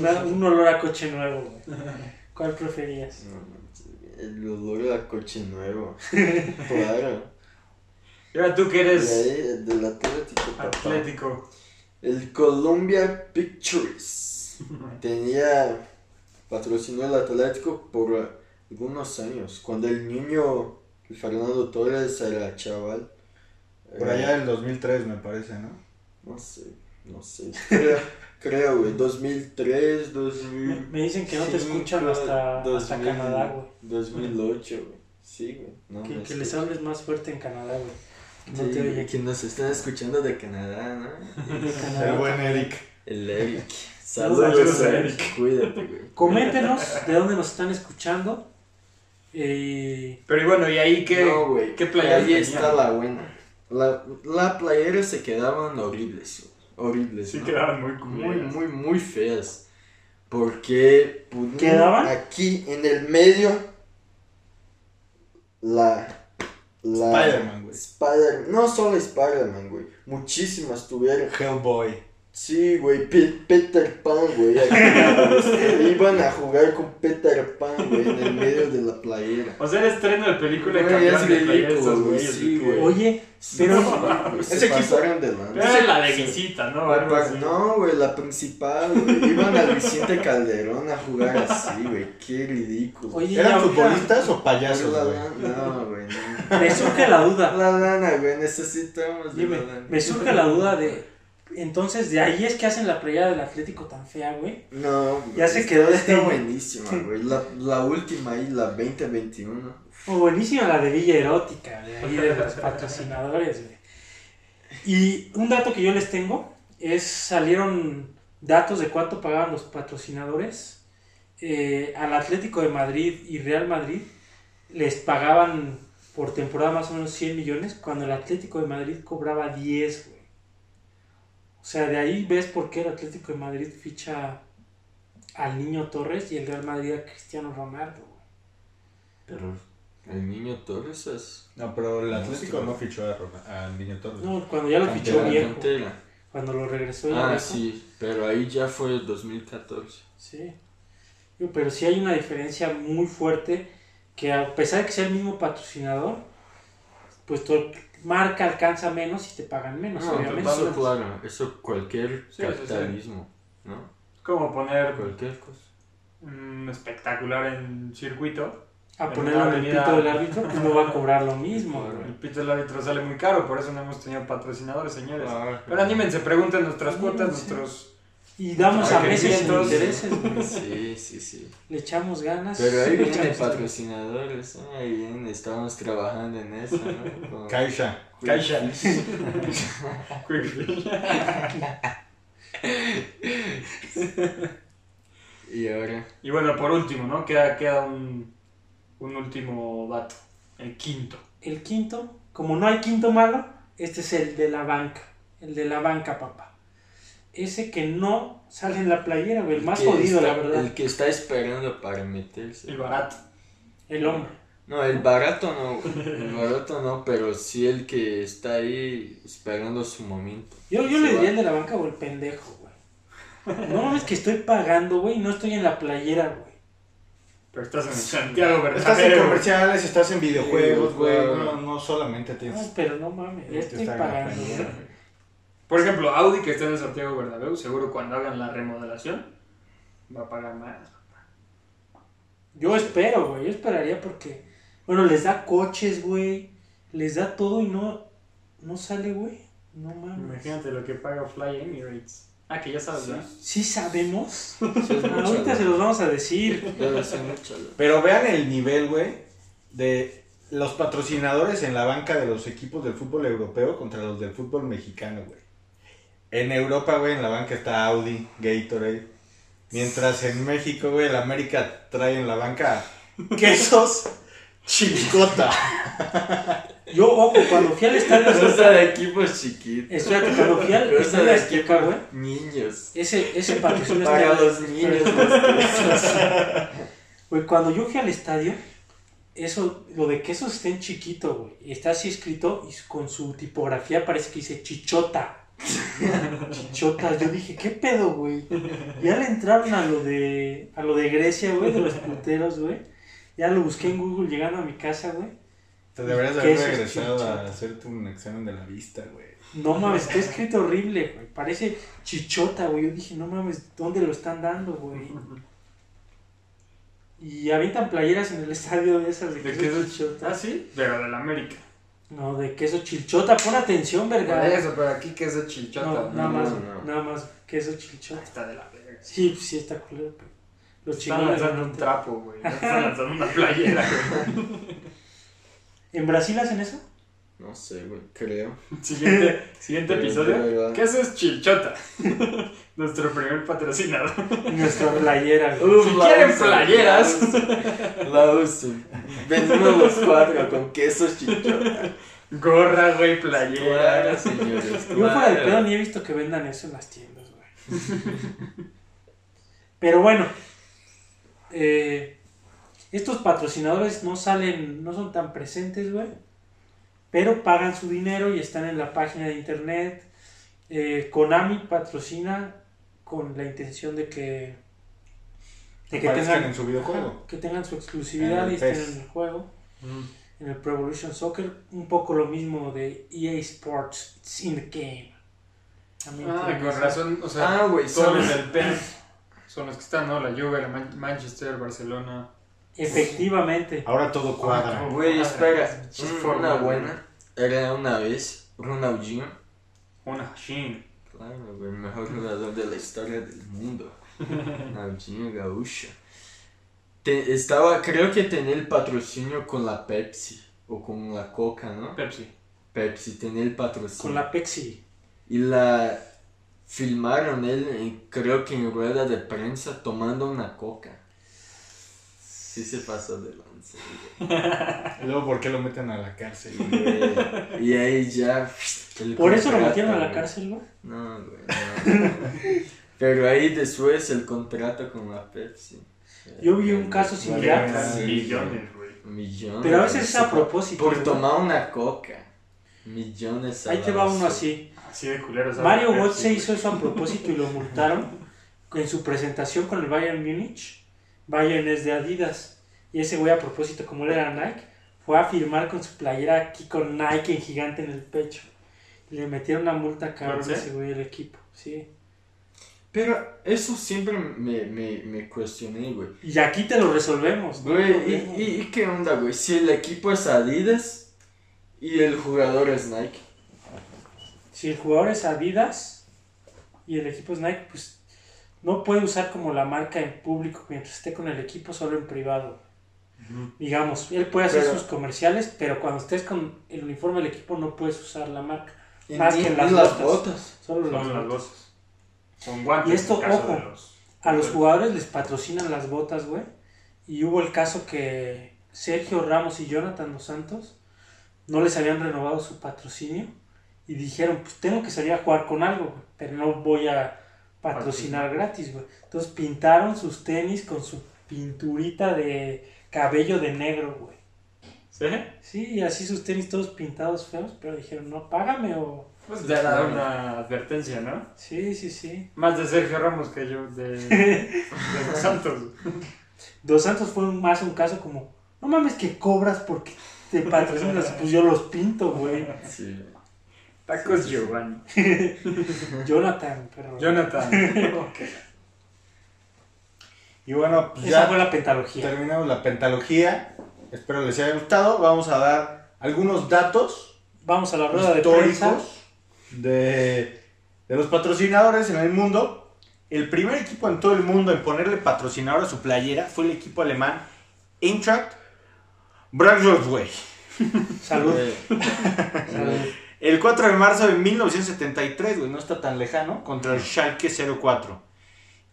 A: Una- un olor a coche nuevo, güey. ¿Cuál preferías?
C: No manches, el olor a coche nuevo. Claro.
D: Y ahora tú que
C: Y
D: eres
C: ahí, el del Atlético, papá.
D: atlético.
C: El Columbia Pictures tenía patrocinó el Atlético por algunos años, cuando el niño Fernando Torres era chaval.
B: Por
C: Eh,
B: allá del 2003, me parece, ¿no?
C: No sé, no sé. Creo, creo güey, 2003, 2000.
A: Me dicen que no te escuchan hasta, hasta Canadá, güey.
C: 2008, güey. Sí, güey. No,
A: Que,
C: me
A: que les
C: escuchan.
A: hables más fuerte en Canadá, güey. No
C: Sí,
A: te
C: güey,
A: oye.
C: que nos están escuchando de Canadá, ¿no?
A: De Canadá.
B: El buen Eric.
C: El Eric.
D: Saludos,
C: Saludos,
D: Eric.
C: Eric. Cuídate, güey.
A: Coméntenos de dónde nos están escuchando. Eh,
D: Pero y bueno, ¿y ahí qué,
C: No, güey.
D: qué playera
C: Ahí
D: tenían?
C: está la buena. La, la playera se quedaban horribles. güey. Horribles.
D: Sí
C: ¿no?
D: quedaban muy
C: Muy,
D: cool.
C: muy, muy feas. Porque ponían
A: ¿Quedaban?
C: aquí en el medio la. la
B: Spider-Man, güey.
C: Spider- no solo Spider-Man, güey. Muchísimas tuvieron.
B: Hellboy.
C: Sí, güey, Pe- Peter Pan, güey. aquí, Iban a jugar con Peter Pan, güey, en el medio de la playera.
D: O sea, era estreno de película y
C: Güey,
D: cambiaron
C: es
D: de playera
C: ridículo,
D: estos
C: güey,
D: güeyes,
C: sí,
D: ¿de
C: güey.
D: qué?
A: oye, pero
C: Se
B: Ese equipo-
C: pasaron de lanza.
D: Pero era la de
C: Sí.
D: visita, ¿no?
C: La
D: Algo
C: pa-
D: así.
C: no, güey, la principal, güey. Iban al Vicente Calderón a jugar así, güey. Qué ridículo.
A: oye, ya
B: ¿Eran
A: ahorita
B: futbolistas o payasos,
C: La
B: güey?
C: lana- no, güey, no.
A: me surge la duda.
C: La lana, güey, necesitamos de
A: Dime,
C: la lana.
A: me surge la duda de. Entonces, de ahí es que hacen la playera del Atlético tan fea, güey.
C: No,
A: Ya se
C: esta-
A: quedó este-
C: Está buenísima, güey. La, la última ahí, la 2021.
A: O Oh, buenísima la de Villa Erótica, de ahí de los patrocinadores, güey. Y un dato que yo les tengo es: salieron datos de cuánto pagaban los patrocinadores. Eh, al Atlético de Madrid y Real Madrid les pagaban por temporada más o menos 100 millones, cuando el Atlético de Madrid cobraba 10, güey. O sea, de ahí ves por qué el Atlético de Madrid ficha al Niño Torres y el Real Madrid a Cristiano Ronaldo, güey.
C: Pero el niño Torres es.
B: No, pero el Atlético no fichó a Roma- al Niño Torres.
A: No, cuando ya lo
B: Campeón,
A: fichó viejo. Cuando lo regresó ya
C: Ah,
A: viejo.
C: sí, pero ahí ya fue el 2014.
A: Sí. Digo, Pero sí hay una diferencia muy fuerte que a pesar de que sea el mismo patrocinador, pues tu marca alcanza menos y te pagan menos,
C: No,
A: obviamente.
C: eso claro, eso cualquier
D: Sí, sí, sí.
C: capitalismo, ¿no?
D: Como poner
C: Cualquier cosa.
D: un espectacular en circuito.
A: A
D: En
A: ponerlo
D: una
A: en el
D: avenida-
A: pito del árbitro, pues no va a cobrar lo mismo.
C: Claro.
A: güey.
D: El pito del árbitro sale muy caro, por eso no hemos tenido patrocinadores, señores. Pero anímense, pregunten nuestras cuotas,
A: Anímense.
D: nuestros
A: Y damos a
B: que
A: meses sin
B: vientos.
A: intereses, güey.
C: Sí, sí, sí.
A: Le echamos ganas.
C: Pero ahí
A: le
C: vienen
A: echamos ganas.
C: patrocinadores, ¿eh? ahí vienen, estamos trabajando en eso, ¿no? Con-
B: Caixa.
D: Caixa. Quickfish.
C: Y ahora,
D: Y bueno, por último, ¿no? Queda, queda un, un último vato. El quinto.
A: El quinto, como no hay quinto malo, este es el de la banca. El de la banca, papá. Ese que no sale en la playera, güey. El más
C: que
A: jodido,
C: está-
A: la verdad.
C: El que está esperando para meterse.
D: El barato.
A: El hombre.
C: No, el barato no, el barato no, pero sí el que está ahí esperando su momento.
A: Yo, yo
C: Sí,
A: le
C: va.
A: diría el de la banca o el pendejo, güey. No mames que estoy pagando, güey. No estoy en la playera, güey.
D: Pero estás en el Santiago
B: Estás en
D: Bernabéu.
B: comerciales, estás en videojuegos, güey.
C: Videojuegos.
B: No, no solamente
C: Ah,
B: tienes.
A: No, pero no mames. Ya
B: tienes que
A: estoy
B: estar en la
A: pagando,
B: playera,
A: güey.
B: güey.
D: Por ejemplo, Audi que está en el Santiago Bernabéu, seguro cuando hagan la remodelación va a pagar más.
A: Yo espero, güey. Yo esperaría porque, bueno, les da coches, güey. Les da todo y no, no sale, güey. No mames.
D: Imagínate lo que paga Fly Emirates. Ah, que ya sabes, ¿no?
A: Sí sabemos.
C: Sí, es mucho,
A: Ahorita
C: ¿no?
A: se los vamos a decir.
C: Debe ser mucho, ¿no?
B: Pero vean el nivel, güey, de los patrocinadores en la banca de los equipos del fútbol europeo contra los del fútbol mexicano, güey. En Europa, güey, en la banca está Audi, Gatorade. Mientras en México, güey, el América trae en la banca quesos chicota.
A: Yo, ojo, cuando fui al estadio Azteca,
C: Cosa de equipos chiquitos.
A: estoy a cuando fui al
C: Cosa
A: estadio
C: de pues.
A: Azteca, güey.
C: equipos niños.
A: Ese, ese patrocinio
C: Para
A: estaba-
C: los niños. pues, los quesos.
A: Güey, cuando yo fui al estadio, eso, lo de que esos estén chiquito, güey. y Está así escrito y con su tipografía parece que dice chichota. chichota. Yo dije, ¿qué pedo, güey? Ya le entraron a lo de, a lo de Grecia, güey, de los punteros, güey. Ya lo busqué en Google llegando a mi casa, güey.
B: Te deberías de haber
A: Quesos
B: regresado a
A: chichota.
B: hacerte un examen de la vista, güey.
A: No mames, está escrito horrible, güey. Parece chichota, güey. Yo dije, no mames, ¿dónde lo están dando, güey? Y avientan playeras en el estadio de esas de,
D: ¿De
A: queso
D: queso
A: chichota.
D: Ah, sí, pero del América.
A: No, de queso chilchota, pon atención, verga.
D: pero aquí que es de
A: no,
D: chilchota.
A: nada
C: no,
A: más,
C: no.
A: nada más, queso chilchota.
D: Está de la verga.
A: Sí, pues sí está culero, pero Los
D: Están
A: chingones.
D: lanzando un trapo, güey. Están lanzando una playera, güey.
A: ¿En Brasil hacen eso?
C: No sé, güey, creo.
D: Siguiente, siguiente
C: Pero,
D: ¿Este episodio.
C: pero,
D: ¿Qué haces, chilchota? Nuestro primer patrocinador.
A: Nuestra playera, güey.
C: Uf,
D: Si
C: la
D: quieren
C: uso,
D: playeras.
C: La uso. Vendimos los cuatro con quesos chichotas.
D: Gorra, güey,
C: Claro,
D: playeras.
C: señores.
A: Yo fuera de pedo
C: claro.
A: ni he visto que vendan eso en las tiendas, güey. Pero bueno, eh, estos patrocinadores no salen, no son tan presentes, güey. Pero pagan su dinero y están en la página de internet. Eh, Konami patrocina con la intención de que, de que
B: Aparezcan
A: tengan,
B: en su videojuego.
A: que tengan su exclusividad
B: En el
A: y estén
B: PES.
A: en el juego
D: Mm.
A: en el Pro Evolution Soccer, un poco lo mismo de EA Sports, it's in the game. También
D: Ah,
A: tiene
D: con
A: eso.
D: razón, o sea,
C: Ah, güey,
D: todos los
C: son
D: del PES son los que están, ¿no? La Juve, la Man- Manchester, Barcelona.
A: Efectivamente.
B: Ahora todo cuadra.
A: Ah,
C: Güey, espera.
D: Sí,
C: un-
D: forma,
C: Una
D: güey.
C: buena. Era una vez Ronaldinho.
D: Una Shin.
C: Claro, güey, el mejor jugador de la historia del mundo. Ronaldinho Gaúcho. Te- estaba, creo que tenía el patrocinio con la Pepsi. O con la Coca, ¿no?
D: Pepsi.
C: Pepsi tenía el patrocinio.
A: Con la Pepsi.
C: Y la filmaron él, en- creo que en rueda de prensa, tomando una coca. Sí se pasó de lanza.
B: Luego, ¿por qué lo meten a la cárcel? güey?
C: güey. Y ahí ya. el
A: Por eso lo
C: contrato,
A: metieron a la
C: güey.
A: cárcel, ¿no?
C: No, güey. no. Pero ahí después el contrato con la Pepsi.
A: Yo vi un caso
C: Sí,
B: Vale,
A: similar,
B: vale. Sí.
D: Millones, güey.
C: Millones.
A: pero a veces es
C: por-
A: a propósito.
C: Por
A: güey.
C: tomar una coca. Millones. a
A: Ahí
C: la
A: te va uno
C: basura.
A: así.
D: Así de culeros. ¿sabes?
A: Mario
D: Pepsi,
A: Götze
D: güey.
A: hizo eso a propósito y lo multaron en su presentación con el Bayern Múnich. Bayern es de Adidas. Y ese güey a propósito, como él era Nike, fue a firmar con su playera aquí con Nike en gigante en el pecho. Le metieron una multa cabrón a
D: ¿Götze?
A: ese güey el equipo, sí.
C: Pero eso siempre me, me, me cuestioné, güey.
A: Y aquí te lo resolvemos. ¿no?
C: Güey, ¿y, y, y qué onda, güey? Si el equipo es Adidas y el jugador es Nike.
A: Si el jugador es Adidas y el equipo es Nike, pues no puede usar como la marca en público mientras esté con el equipo, solo en privado. Digamos, él puede hacer
B: Pero-
A: sus comerciales, pero cuando estés con el uniforme del equipo no puedes usar la marca.
C: Y
A: Más
C: ni-
A: que en
C: ni
A: las
C: las
A: botas.
C: botas.
A: Solo
D: Son
A: las
D: las
A: botas.
D: voces. Con guantes.
A: Y esto,
D: en el caso
A: ojo,
D: de los-
A: A los jugadores les patrocinan las botas, güey. Y hubo el caso que Sergio Ramos y Jonathan Dos Santos no les habían renovado su patrocinio y dijeron, pues tengo que salir a jugar con algo, güey, pero no voy a patrocinar gratis, güey. Entonces pintaron sus tenis con su pinturita de cabello de negro, güey.
D: ¿Sí?
A: Sí, y así sus tenis todos pintados feos, pero dijeron, no, págame o...
D: Pues ya da una advertencia, ¿no?
A: Sí, sí, sí.
D: Más de Sergio Ramos que yo, de, de los Santos.
A: Dos Santos fue un- más un caso como, no mames que cobras porque te patrocinas, pues yo los pinto, güey.
C: Sí.
D: Tacos Giovanni.
A: Jonathan, pero...
D: Jonathan. Ok.
B: Y bueno, pues
A: Esa
B: ya
A: fue la pentalogía.
B: terminamos la pentalogía. Espero les haya gustado. Vamos a dar algunos datos
A: Vamos a la rueda de prensa.
B: históricos de, de los patrocinadores en el mundo. El primer equipo en todo el mundo en ponerle patrocinador a su playera fue el equipo alemán Eintracht Braunschweig.
A: Salud.
C: Eh,
A: salud.
B: El 4 de marzo de 1973, güey, no está tan lejano, contra el Schalke 04.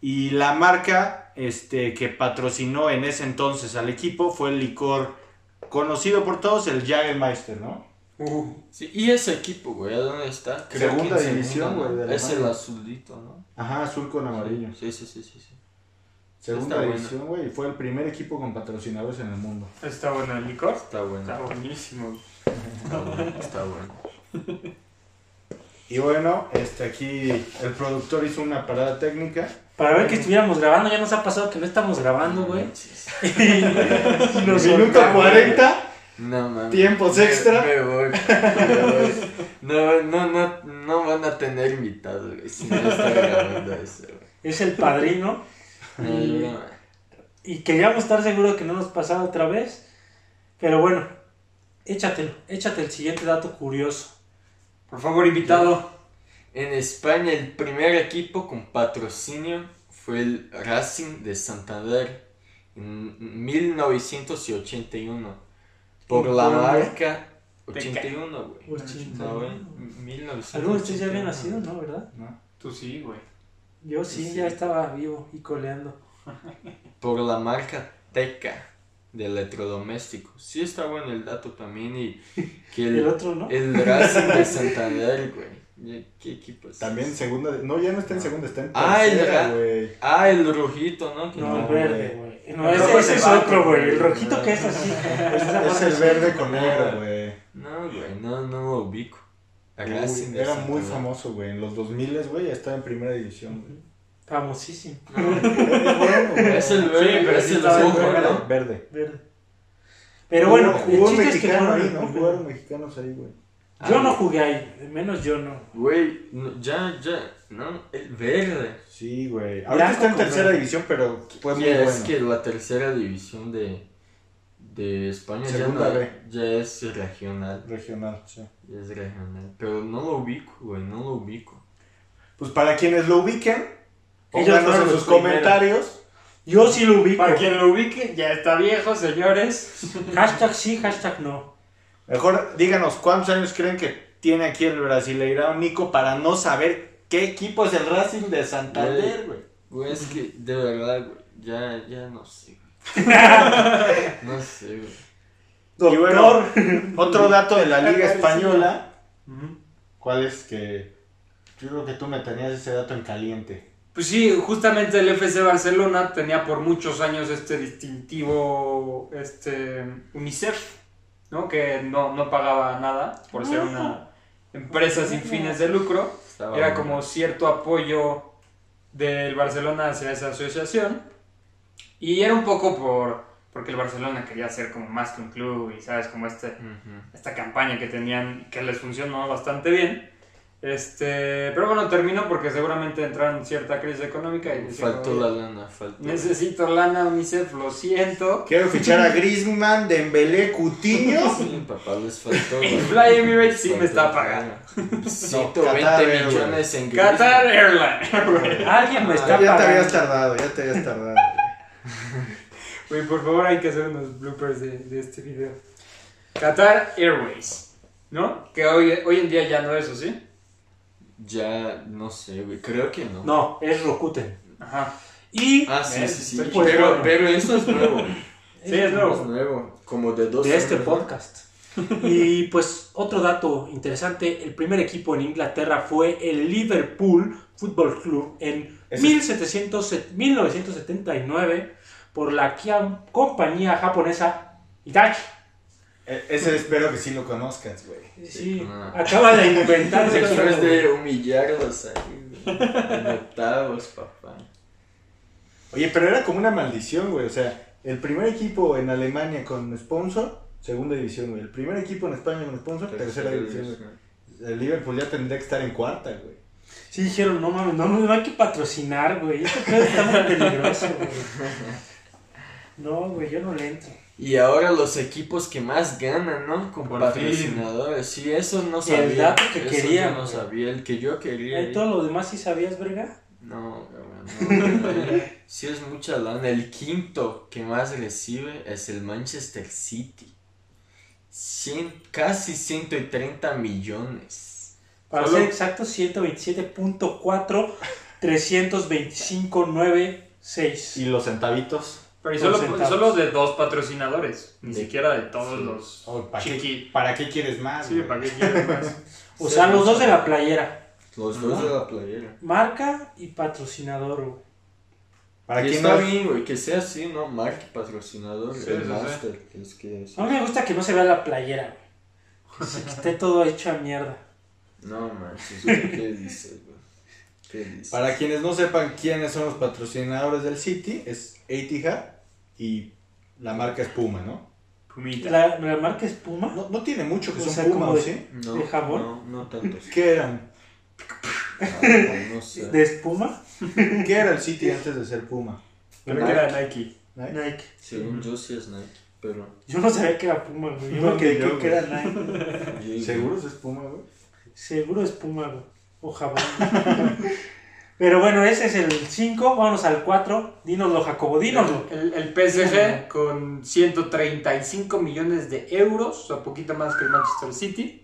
B: Y la marca este, que patrocinó en ese entonces al equipo fue el licor conocido por todos, el Jagermeister, ¿no?
D: Uh,
C: sí, y ese equipo, güey, ¿a dónde está? que
B: Segunda
C: en
B: división,
C: segunda,
B: güey, de
C: ¿no?
B: Alemania.
C: Es el azulito, ¿no?
B: Ajá, azul con amarillo.
C: Sí, sí, sí, sí. sí. Está
B: Segunda
C: bueno.
B: división, güey, y fue el primer equipo con patrocinadores en el mundo.
D: está bueno el licor.
C: Está
D: Está
C: bueno.
D: buenísimo.
C: Está bueno. Está bueno.
B: Y bueno, este, aquí el productor hizo una parada técnica.
A: Para ver que estuviéramos grabando, ya nos ha pasado que no estamos grabando, güey. Y nos
B: Minuto
A: soltamos.
B: 40,
C: No mames.
B: tiempos
C: Me-
B: extra.
C: Me, voy. me voy. No, no, no, no van a tener invitados, güey. Si no está grabando eso, güey.
A: Es el padrino.
C: No,
A: Y-
C: no, no.
A: Y queríamos estar seguros de que no nos pasara otra vez. Pero bueno, échatelo. Échate el siguiente dato curioso.
D: Por favor, invitado.
C: En España, el primer equipo con patrocinio fue el Racing de Santander en 1981. Por la
A: Ujú.
C: marca 81, güey.
B: Pues
A: Ah,
C: No, güey.
A: eh.
C: 1981.
A: Algunos de ustedes ya habían nacido, ¿no? ¿Verdad?
B: ¿no?
D: Tú sí, güey.
A: Yo sí,
C: Sí.
A: ya estaba vivo y coleando.
C: por la marca Teca de electrodomésticos. Sí está bueno el dato también y que
A: El
C: el,
A: otro, ¿no?
C: el Racing de Santander, güey. ¿Qué equipo es
B: También
C: ese?
B: segunda, no, ya no está en segunda, está en
C: Ah, el
B: tercera,
C: Ra-
B: güey.
C: Ah, el rojito, ¿no? Que
A: No, el
B: No,
A: verde, güey. No,
D: El
A: ese,
D: rojo
A: ese
D: es
A: es
D: el banco,
A: otro, güey. El
D: güey.
A: rojito que es así. esa
B: Es
A: parte
B: el
A: sí.
B: verde con negro, güey.
C: No, güey, no, no lo ubico.
B: É
C: Racing
B: Uy,
C: de
B: Era
C: Santander.
B: muy famoso, güey. En los 2000, güey, ya estaba en primera división. güey.
A: Famosísimo.
B: Bueno, güey.
C: Es el verde,
D: Sí, pero
C: es
D: sí
C: el
D: estaba
B: Estaba en
C: rojo,
B: verde,
C: ¿no?
B: verde.
A: Verde. Pero bueno, el
B: Jugó- jugó un
A: chiste es que
B: mexicano
A: fueron-
B: ahí, ¿no? Jugaron mexicanos ahí, güey.
A: Yo no jugué ahí, menos yo no.
C: Güey, no, ya, ya, no, el é verde.
B: Sí, güey. Ahorita está en
A: con
B: tercera
A: verde.
B: división, pero fue
C: Y
B: muy
C: es
B: bueno.
C: que la tercera división de, de España é, ya,
B: Segunda
C: no-
B: B.
C: ya es regional.
B: Regional, sí.
C: Ya Es é regional, pero no lo ubico, güey, no lo ubico.
B: Pues para quienes lo ubiquen,
A: Ellos
B: pónganos en
A: fueron
B: sus
A: los primeros.
B: comentarios.
A: Yo sí lo ubico.
D: Para quien lo ubique, ya está viejo, señores.
A: Hashtag sí, hashtag no.
B: Mejor díganos cuántos años creen que tiene aquí el brasileirado Nico para no saber qué equipo es el Racing de Santander, güey.
C: Güey, es que de verdad, güey, ya, ya no sé, güey. No sé, güey.
B: Y bueno, otro dato de la Liga Española. ¿Cuál es que.? Yo creo que tú me tenías ese dato en caliente.
D: Pues sí, justamente el FC Barcelona tenía por muchos años este distintivo este UNICEF, ¿no? Que no, no pagaba nada por ser una empresa sin fines de lucro.
C: Estaba
D: Era
C: bueno.
D: como cierto apoyo del Barcelona hacia esa asociación. Y era un poco por porque el Barcelona quería ser como más que un club y sabes como este
C: Ujú.
D: esta campaña que tenían que les funcionó bastante bien. Este, pero bueno, terminó porque seguramente entraron en cierta crisis económica y dijeron,
C: Faltó
D: "Oye,
C: la lana, faltó. la-
D: Necesito lana, UNICEF, lo siento.
B: Quiero fichar a Griezmann, Dembélé, Ah, Cutiño.
C: Sí, papá, les faltó.
D: El
C: güey.
D: Fly Emirates sí me
C: Faltó
D: está
C: la
D: pagando.
C: lana.
B: No,
C: 120
B: Qatar Airways.
C: millones en Griezmann.
D: Qatar Airlines, güey.
A: Alguien me
C: Ah,
A: está
B: Ya te
A: pagando.
B: habías tardado, ya te habías tardado.
D: Güey, por favor, hay que hacer unos bloopers de, de este video. Qatar Airways, ¿no? Que hoy, hoy en día ya no es así.
C: Ya, no sé, güey. Creo que no.
A: No, es Rokuten.
D: Ajá.
A: Y
C: Ah, sí,
D: ¿Ves?
C: sí, sí.
D: Estoy
A: pues,
C: pero,
A: bueno,
C: pero eso es nuevo.
D: Sí, es
C: Es
D: nuevo.
C: nuevo. Como de dos
A: de este
C: años, ¿no?
A: podcast. Y pues otro dato interesante, el primer equipo en Inglaterra fue el Liverpool Football Club en
B: Ese-
A: 1700 1979 por la kia- compañía japonesa Hitachi.
B: E- Ese espero que sí lo conozcas, güey.
A: Sí,
C: claro.
A: acaba de inventarse.
C: Después de humillarlos ahí, güey, en octavos, papá.
B: Oye, pero era como una maldición, güey. O sea, el primer equipo en Alemania con sponsor, segunda división, güey. El primer equipo en España con sponsor, tercera división, güey. El Liverpool ya tendría que estar en cuarta, güey.
A: Sí, dijeron, no mames, no, no hay que patrocinar, güey. Este pedo está muy peligroso, güey. No, güey, yo no le entro.
C: Y ahora los equipos que más ganan, ¿no? Con
B: Por
C: patrocinadores. Sí, eso no sabía.
A: dato que
C: eso
A: quería,
C: yo no
A: güey.
C: sabía, el que yo quería.
A: ¿Y todo lo demás sí sabías, verga?
C: No, cabrón, no, güey. sí es mucha lana. El quinto que más recibe es el Manchester City. Cien- casi 130 millones.
A: Para
D: Solo-
A: ser exacto, 127.4, 325.96.
B: Y los centavitos.
D: Pero y solo,
A: Con centavos.
D: solo de dos patrocinadores, ni
C: De-
D: siquiera de todos
C: sí.
D: los.
B: Oh, ¿para, qué,
D: Chiqui.
B: ¿Para qué quieres más?
D: Sí,
B: Ah, güey?
D: ¿para qué quieres más?
A: O sea, los dos de la playera.
C: Los dos de la playera.
A: Marca y patrocinador, güey.
B: ¿Para
C: y
B: quién
C: está
B: no?
C: bien, güey, que sea así, ¿no? Mark, patrocinador,
D: Sí,
C: el
D: sí, sí.
C: master. Es que es-
A: A mí me gusta que no se vea la playera, güey. Que se esté todo hecho a mierda.
C: No manches, güey, ¿qué dices, güey? ¿Qué dices?
B: Para quienes no sepan quiénes son los patrocinadores del City, es Etihad y la marca es Puma, ¿no?
D: Pumita.
A: La, la marca es Puma,
B: No, no tiene mucho que
A: O
B: son
A: sea,
B: Puma,
A: como
B: ¿o
A: de-
B: ¿sí?
C: no,
A: ¿de jabón?
C: No, no tanto.
B: ¿Qué eran?
C: Ah, no sé.
A: de espuma,
B: ¿Qué era el City antes de ser Puma?
D: Creo que era Nike.
B: ¿Eh?
A: Nike.
C: Según yo sí es Nike, pero...
A: Yo no sabía que era Puma, güey. Yo
B: No,
A: me quedé
B: ni yo,
A: que era Nike.
B: ¿Seguros es Puma, güey?
A: Seguro es Puma, güey. O jabón. Pero bueno, ese es el 5. Vámonos al 4. Dínoslo, Jacobo, dínoslo.
D: El, el PSG con 135 millones de euros, o sea, poquito más que el Manchester City.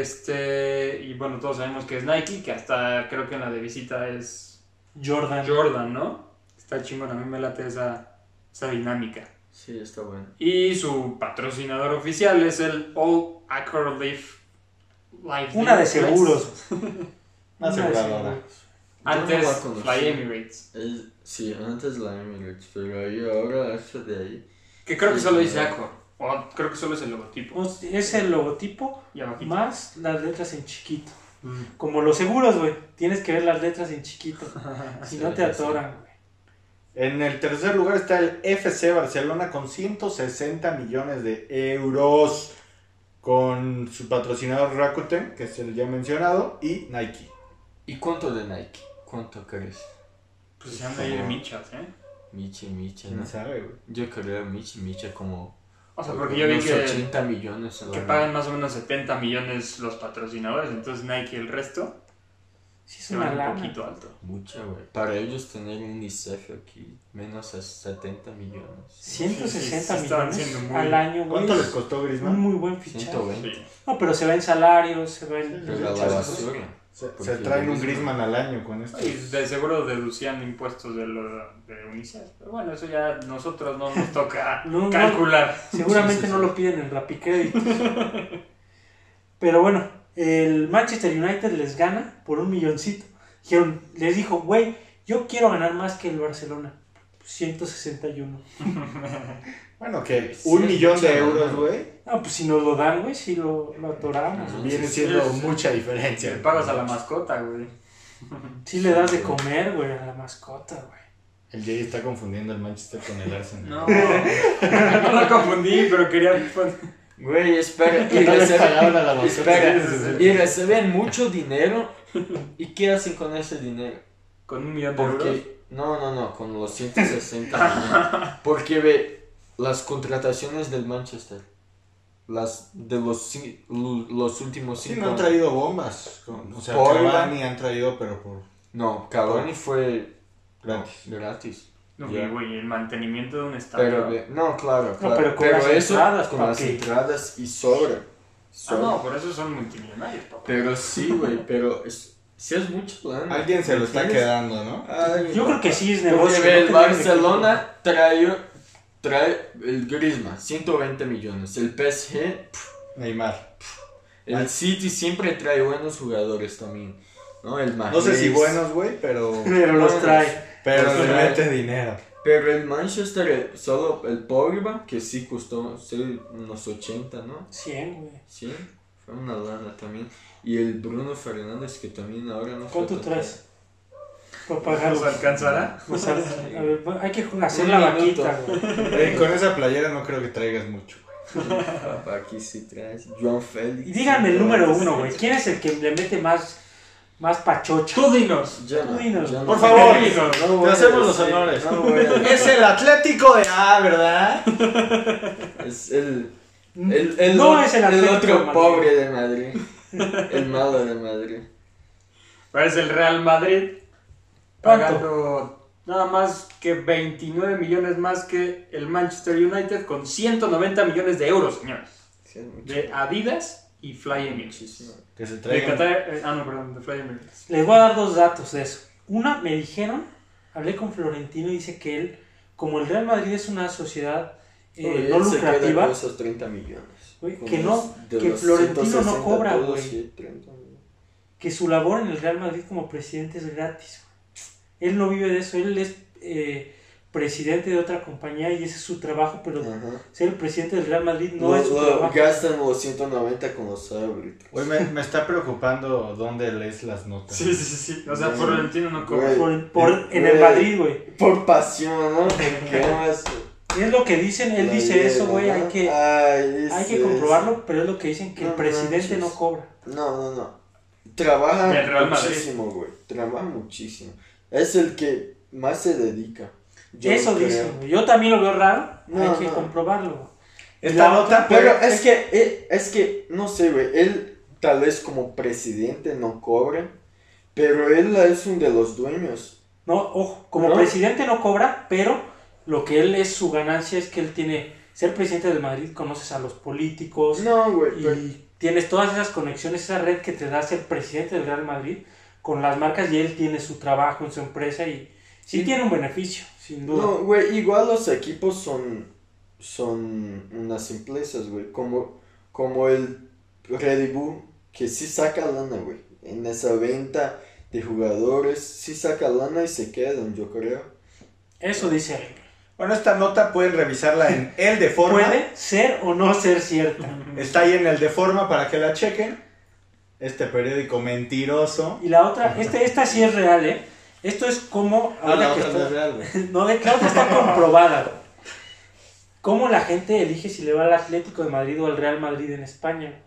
D: Este, y bueno, todos sabemos que es Nike, que hasta creo que en la de visita es
A: Jordan.
D: Jordan, ¿no? Está chingón, a mí me late esa, esa dinámica.
C: Sí, está bueno.
D: Y su patrocinador oficial es el All Acro Life. Life
A: Una de
D: Life Place.
A: seguros.
B: Una
A: de
B: aseguradora.
A: seguros.
C: Yo no la
D: Antes,
C: conocí.
D: Fly Emirates.
C: Es- sí, antes la Emirates, pero ahí ahora eso de ahí.
D: Que creo que
C: Sí,
D: solo
C: sí.
D: dice Acro. O creo que solo es el logotipo.
A: Pues, Es el logotipo
D: Y abajito.
A: más las letras en chiquito.
D: Mm.
A: Como los seguros, güey. Tienes que ver las letras en chiquito. Si no te
C: Sí, sí.
A: atoran, güey.
B: En el tercer lugar está el FC Barcelona con 160 millones de euros. Con su patrocinador Rakuten, que es el ya mencionado, y Nike.
C: ¿Y cuánto de Nike? ¿Cuánto crees?
D: Pues se anda ahí de michas, ¿eh?
C: Michi, Micha,
B: ¿Quién
C: ¿no?
B: sabe, güey?
C: Yo creo Michi, Micha como...
D: O sea, porque yo vi
C: unos
D: que,
C: 80 millones. en
D: que
C: la-
D: pagan más o menos 70 millones los patrocinadores, entonces Nike y el resto
A: Sí, es
D: se
A: una
D: van un
A: lana.
D: poquito alto.
C: Mucha, güey. Para ellos tener un ISEF aquí, menos a 70 millones.
A: 160
D: Sí, sí, sí, estaban
A: millones
D: siendo muy-
A: al año, güey.
B: ¿Cuánto les costó
A: Un
B: Griezmann?
A: muy buen fichaje.
C: 120.
D: Sí.
A: No, pero se va en salarios, se va en...
C: Pero Pues la
B: Muchas gracias.
C: basura.
B: Se,
C: Porque
B: se traen un
C: Griezmann-
B: Griezmann al año con esto.
D: Y de seguro deducían impuestos de, lo, de UNICEF. Pero bueno, eso ya nosotros no nos toca
A: No, no.
D: calcular.
A: Seguramente
C: Sí, sí,
A: no
C: sí.
A: lo piden en Rapicredit. Pero bueno, el Manchester United les gana por un milloncito. Dijeron, les dijo, güey, yo quiero ganar más que el Barcelona. 161.
B: Bueno, que
C: Sí,
B: un
C: es
B: millón
C: mucha
B: de
C: lana,
B: euros,
C: güey.
B: güey,
A: Ah, pues si nos lo dan, güey, si lo, lo atoramos.
C: Ajá.
B: viene
C: Sí,
B: siendo
D: sí.
B: mucha
D: Si
B: diferencia.
D: le pagas a la mascota, güey.
A: Si le das de comer, güey, a la mascota, güey.
B: El Jay está confundiendo el Manchester con el Arsenal.
D: No, no lo confundí, pero quería... pues, pon-
C: Güey, espera. Y
E: No les
C: reciben,
E: pagaban a la basura.
C: espera,
E: Sí, sí, sí.
C: y reciben mucho dinero. ¿Y qué hacen con ese dinero?
D: Con un millón de euros.
C: Porque, no, no, no, con los 160 millones. Porque ve, las contrataciones del Manchester, las de los, ci- lu- los últimos
B: Sí,
C: cinco
B: no han
C: años.
B: traído bombas. con- o sea,
C: Por-
B: Cavani han traído, pero por
C: No, Cavani fue
B: gratis.
C: no, gratis.
D: No,
C: Ya.
D: güey, el mantenimiento de un estadio.
C: Pero, ve- no, claro, claro.
A: pero con las entradas,
C: con
A: ¿pa'
C: las
A: qué?
C: entradas y sobra.
D: Ah,
C: sobra.
D: no, por eso son multimillonarios, papá.
C: Pero sí, güey, pero es, sí es mucho lana.
B: Alguien se lo está
C: ¿Tienes?
B: quedando, ¿no?
C: Ay,
A: Yo creo que sí es
C: Porque
A: negocio.
C: ve,
A: no tener
C: el
A: un
C: Barcelona trae, trae el Griezmann, 120 millones. El PSG
B: Neymar.
C: El City siempre trae buenos jugadores también, ¿no? El Mahrez.
B: No sé si buenos, güey, pero.
A: equipo, Pero los trae.
B: Pero
C: Pues,
B: le
C: trae.
B: mete dinero.
C: Pero el Manchester, eh, solo el Pogba, que sí costó sí, unos 80, ¿no?
A: 100, güey.
C: Sí, fue una lana también. Y el Bruno Fernández, que también ahora no fue
A: ¿Cuánto
C: tan-
A: traes? Para
D: ¿Nos
A: pagarlos.
D: alcanzará?
A: O sea, a ver, hay que jugar- hacer
C: Un
A: la
C: minuto.
A: vaquita, güey.
B: Eh, con esa playera no creo que traigas mucho, güey.
C: Papá, Ah, aquí sí traes. Joan Félix.
A: Y díganme el número
C: 196.
A: uno, güey. ¿Quién es el que le mete más, más pachocha?
D: Tú dinos.
C: Ya no,
A: Tú dinos.
C: ya no.
B: Por favor.
D: Dinos.
C: No voy
B: Te
C: a
B: hacemos los
C: decir,
B: honores.
C: no voy a decir.
B: Es el Atlético de A, ¿verdad?
C: Es el. El, el,
A: Mm. no
C: o-
A: es el
C: el
A: Atlético de
C: otro
A: Madrid.
C: pobre de Madrid. El malo de Madrid.
D: Parece el Real Madrid
A: ¿Cuánto?
D: pagando nada más que 29 millones más que el Manchester United con 190 millones de euros, señores.
C: Sí, es mucho.
D: De Adidas y Fly Emirates.
C: Muchísimo.
B: Que se
D: De
B: traigan.
D: Qatar, eh, ah no, perdón, de Fly Emirates.
A: Les voy a dar dos datos de eso. Una, me dijeron, hablé con Florentino y dice que él, como el Real Madrid es una sociedad eh,
C: Oye,
A: no
C: él se queda
A: lucrativa,
C: con esos 30 millones.
A: Güey,
C: Con
A: que
C: los-
A: no,
C: de
A: que
C: los
A: Florentino no
C: 160
A: cobra,
C: todos,
A: güey.
C: sí, 30 millones.
A: que su labor en el Real Madrid como presidente es gratis. güey. Él no vive de eso, él es eh, presidente de otra compañía y ese es su trabajo, pero
C: Ajá.
A: ser el presidente del Real Madrid no
C: Lo-
A: es su
C: lo
A: trabajo.
C: gastan los 190 con los árbitros.
B: Hoy me, me está preocupando dónde lees las notas.
D: Sí, sí, sí. O sea,
C: Güey.
D: Florentino no cobra.
C: Güey.
A: Por- por- en el
C: Güey.
A: Madrid, güey.
C: Por pasión, ¿no? ¿Qué más?
A: Y es lo que dicen, él
C: La
A: dice
C: idea,
A: eso, güey,
C: ¿no?
A: hay que,
C: Ay,
A: hay
C: es-
A: que
C: es-
A: comprobarlo, pero es lo que dicen que el
C: No
A: presidente
C: manches.
A: no cobra.
C: No, no, no. Trabaja
D: Y el Real Madrid.
C: muchísimo, güey. Trabaja muchísimo. Es el que más se dedica. Yo
A: eso
C: creo.
A: dicen, güey. Yo también lo veo raro,
C: No,
A: hay que
C: no.
A: comprobarlo.
B: Esta
A: La
B: nota,
C: Pero
B: pero.
C: es que, eh, es que, no sé, güey, él tal vez como presidente no cobra, pero él es uno de los dueños.
A: No, ojo, como
C: ¿No?
A: presidente no cobra, pero lo que él es su ganancia es que él tiene ser presidente del Madrid, conoces a los políticos
C: No, güey,
A: y
C: pero-
A: tienes todas esas conexiones, esa red que te da ser presidente del Real Madrid con las marcas y él tiene su trabajo en su empresa y sí,
C: Sí.
A: tiene un beneficio, sin duda.
C: no, güey, igual los equipos son, son unas empresas, güey, como, como el Red Bull, que sí saca lana, güey, en esa venta de jugadores, sí saca lana y se quedan, yo creo.
A: Eso dice él.
B: Bueno, esta nota pueden revisarla en el de forma.
A: Puede ser o no ser cierta.
B: Está ahí en el de forma para que la chequen. Este periódico mentiroso.
A: Y la otra, este, esta sí es real, ¿eh? Esto es como...
B: Ah, la
A: ahorita que
B: otra
A: está-
B: no es real, güey.
A: No, de claro que está comprobada. güey. ¿Cómo la gente elige si le va al Atlético de Madrid o al Real Madrid en España?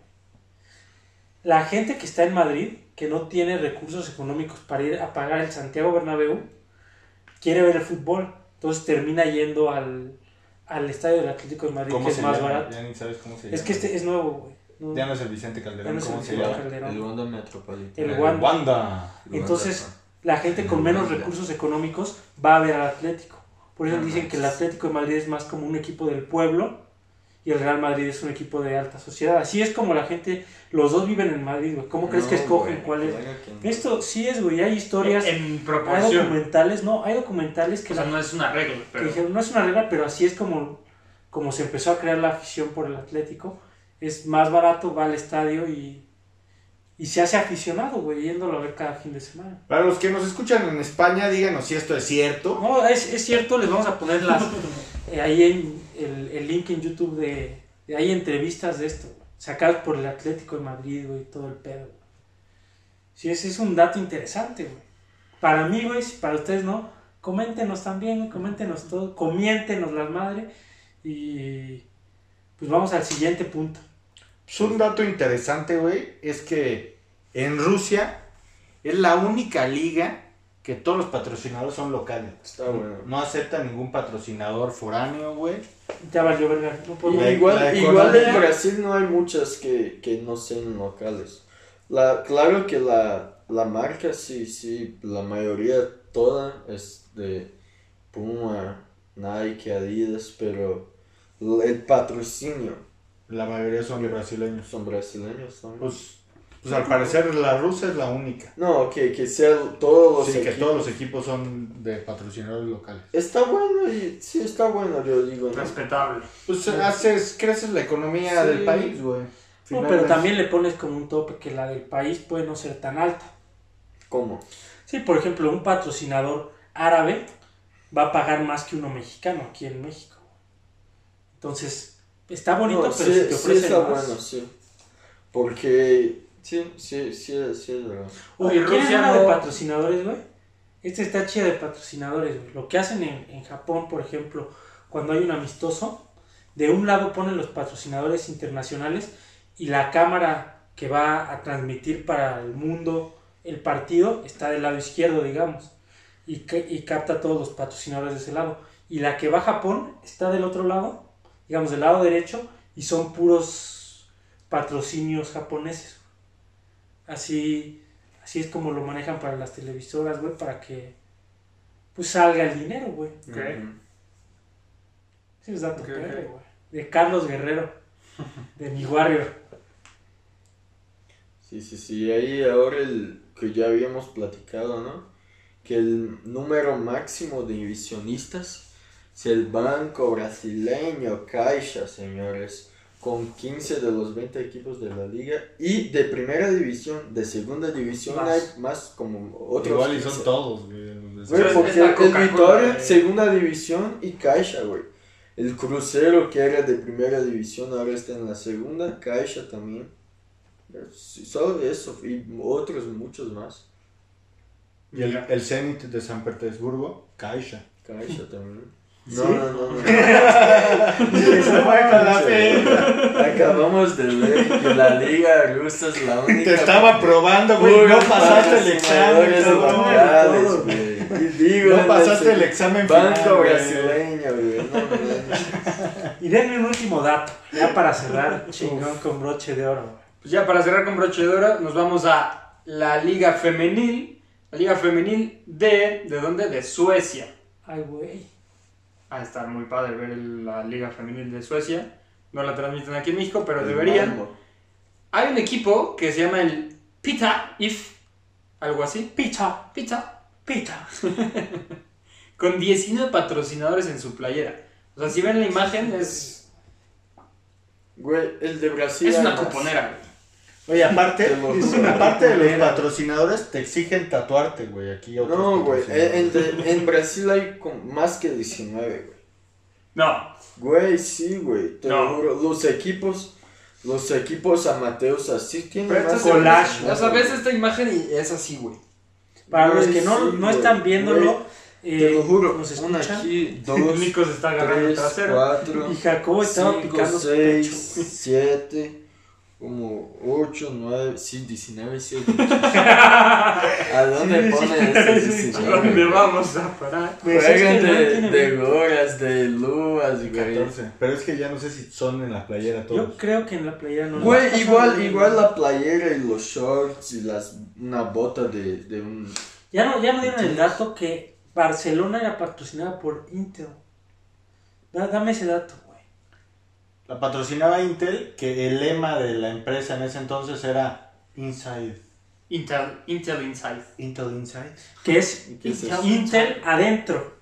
A: La gente que está en Madrid, que no tiene recursos económicos para ir a pagar el Santiago Bernabéu, quiere ver el fútbol. Entonces termina yendo al, al estadio del Atlético de Madrid, que es más
B: llama?
A: barato.
B: Ya ni sabes cómo se
A: Es que este es nuevo, güey. No.
B: Ya no es el Vicente Calderón.
A: Ya no es el
B: ¿Cómo
A: Vicente
B: se llama?
A: Calderón. El
C: Wanda Metropolitano.
A: El Wanda.
B: Wanda.
A: Entonces, la gente con menos recursos económicos va a ver al Atlético. Por eso
C: No
A: dicen que el
C: manches.
A: Atlético de Madrid es más como un equipo del pueblo y el Real Madrid es un equipo de alta sociedad. Así es como la gente, los dos viven en Madrid, güey. ¿Cómo crees que escogen cuál es? Esto sí es, güey, hay historias,
D: En
A: hay
D: proporción.
A: documentales, no, hay documentales que,
D: O sea,
A: la-
D: no es una regla,
A: que
D: pero...
A: dijeron, no es una regla, pero así es como, como se empezó a crear la afición por el Atlético. Es más barato, va al estadio y, y se hace aficionado, güey, yéndolo a ver cada fin de semana.
B: Para los que nos escuchan en España, díganos si esto es cierto.
A: No, es, es cierto, les vamos a poner las, eh, ahí en el, el link en YouTube de, de- Hay entrevistas de esto, güey, sacadas por el Atlético de Madrid, güey, todo el pedo. güey. Sí, ese es un dato interesante, güey. Para mí, güey, si para ustedes no, coméntenos también, güey, coméntenos todo, comiéntenos la madre y Pues vamos al siguiente punto.
B: Pues un dato interesante, güey, es que en Rusia es la única liga que todos los patrocinadores son locales.
C: Está bueno.
B: No acepta ningún patrocinador foráneo, güey.
A: Ya valió verga. No puedo.
B: La- la
C: igual, igual
B: economía-
C: en Brasil no hay muchas que, que no sean locales. La, claro que la, la marca, sí, sí, la mayoría toda es de Puma, Nike, Adidas, pero l- el patrocinio
B: La mayoría son brasileños.
C: son brasileños también.
B: Pues, pues al parecer la rusa es la única.
C: No, que, que sean todos los
B: Sí, que
C: equipos.
B: todos los equipos son de patrocinadores locales.
C: Está bueno, y, sí, está bueno, yo digo. ¿no?
D: Respetable.
B: Pues haces, creces la economía
C: Sí.
B: del país, güey.
A: No, pero también le pones como un tope que la del país puede no ser tan alta.
C: ¿Cómo?
A: Sí, por ejemplo, un patrocinador árabe va a pagar más que uno mexicano aquí en México. Entonces, está bonito,
C: No,
A: pero
C: sí,
A: si te
C: sí
A: ofrecen
C: está
A: más.
C: bueno, sí. Porque, sí, sí, sí, sí, es verdad.
A: Oye,
D: Oye,
A: ¿quieren
D: Rusia
A: una
D: no-
A: de patrocinadores, güey? Este está chido de patrocinadores, güey. Lo que hacen en, en Japón, por ejemplo, cuando hay un amistoso, de un lado ponen los patrocinadores internacionales y la cámara que va a transmitir para el mundo el partido está del lado izquierdo, digamos, y, ca- y capta a todos los patrocinadores de ese lado. Y la que va a Japón está del otro lado, digamos, del lado derecho, y son puros patrocinios japoneses. Así Así es como lo manejan para las televisoras, güey, para que pues salga el dinero, güey.
D: Ok.
A: Ese es dato
D: Ok,
A: perro,
D: ok.
A: güey. De Carlos Guerrero, de mi Warrior.
C: Sí, sí, sí, ahí ahora el que ya habíamos platicado, ¿no? Que el número máximo de inversionistas es el banco brasileño Caixa, señores, con 15 de los 20 equipos de la liga y de primera división, de segunda división
A: Más.
C: hay más como otros.
B: Igual y
C: 15.
B: son todos, güey.
C: Güey,
D: Es- es
C: porque
D: la
C: el
D: Coca-Cola,
C: Vitória,
D: eh.
C: segunda división y Caixa, güey. El Crucero, que era de primera división, ahora está en la segunda. Caixa también. Sí, Solo eso y otros muchos más.
B: Y el, el Zenit de San Petersburgo, Caixa.
C: Caixa también.
A: ¿Sí?
C: No, no, no, no. Acabamos de ver que la liga rusa es la única.
B: Te estaba probando, güey. No
C: Puros
B: pasaste el examen,
C: patrocinadores
B: cabrón.
C: locales, güey. Y digo,
B: No pasaste el
C: ese
B: examen final,
C: Banco
B: güey.
C: brasileño, güey. No, mames.
A: Y denme un último dato, ya para cerrar, chingón con broche de oro, güey.
D: Pues ya para cerrar con broche de oro, nos vamos a la Liga Femenil. La Liga Femenil de. ¿De dónde? De Suecia.
A: Ay, güey.
D: Ha de estar muy padre ver el- la Liga Femenil de Suecia. No la transmiten aquí en México, pero deberían. Hay un equipo que se llama el Pita If, algo así.
A: Picha,
D: Pita.
A: picha.
D: Con 19 patrocinadores en su playera. O sea, si ven la imagen, es,
C: Güey, el de Brasil.
D: es una
C: además.
D: cuponera. güey.
B: Oye, aparte,
C: Te lo
B: es
C: juro.
B: una parte de los patrocinadores te exigen tatuarte, güey. Aquí otros
C: No, güey.
B: patrocinadores.
C: En, en- en Brasil hay con- más que 19, güey.
D: No,
C: Güey, sí, güey. Te
D: No.
C: lo juro. Los equipos. Los equipos amateos así tienen.
D: pero
C: más
D: esto es
A: collage,
D: O sea, ves esta imagen y es así, güey.
A: Para
C: Güey,
A: los que no,
C: sí,
A: no están
C: güey,
A: viéndolo, eh,
C: Te lo juro.
A: nos
C: Una
A: escuchan.
C: aquí, dos,
D: Nico se está agarrando el
C: tres,
D: trasero.
C: cuatro.
A: Y Jacobo estaba
C: 5,
A: picando su
C: 6,
A: pecho, güey.
C: 7, como 8, 9, sí, 19, sí. 18. ¿A dónde ponen esos
D: ¿A dónde
C: 19?
D: vamos a parar?
A: Pues es que
C: Juegan
A: no
C: de,
A: tienen-
C: de goras, de luvas, güey.
B: 14. Pero es que ya no sé si son en la playera todos.
A: Yo creo que en la playa no.
C: Güey, igual, igual la playera y los shorts y las, una bota de, de un...
A: Ya no, ya no dieron el dato que Barcelona era patrocinada por Intel. Da- dame ese dato, güey.
B: La patrocinaba Intel, que el lema de la empresa en ese entonces era Inside.
D: Intel, Intel Inside.
B: Intel Inside.
A: Que es
C: ¿Qué es eso?
A: Intel adentro,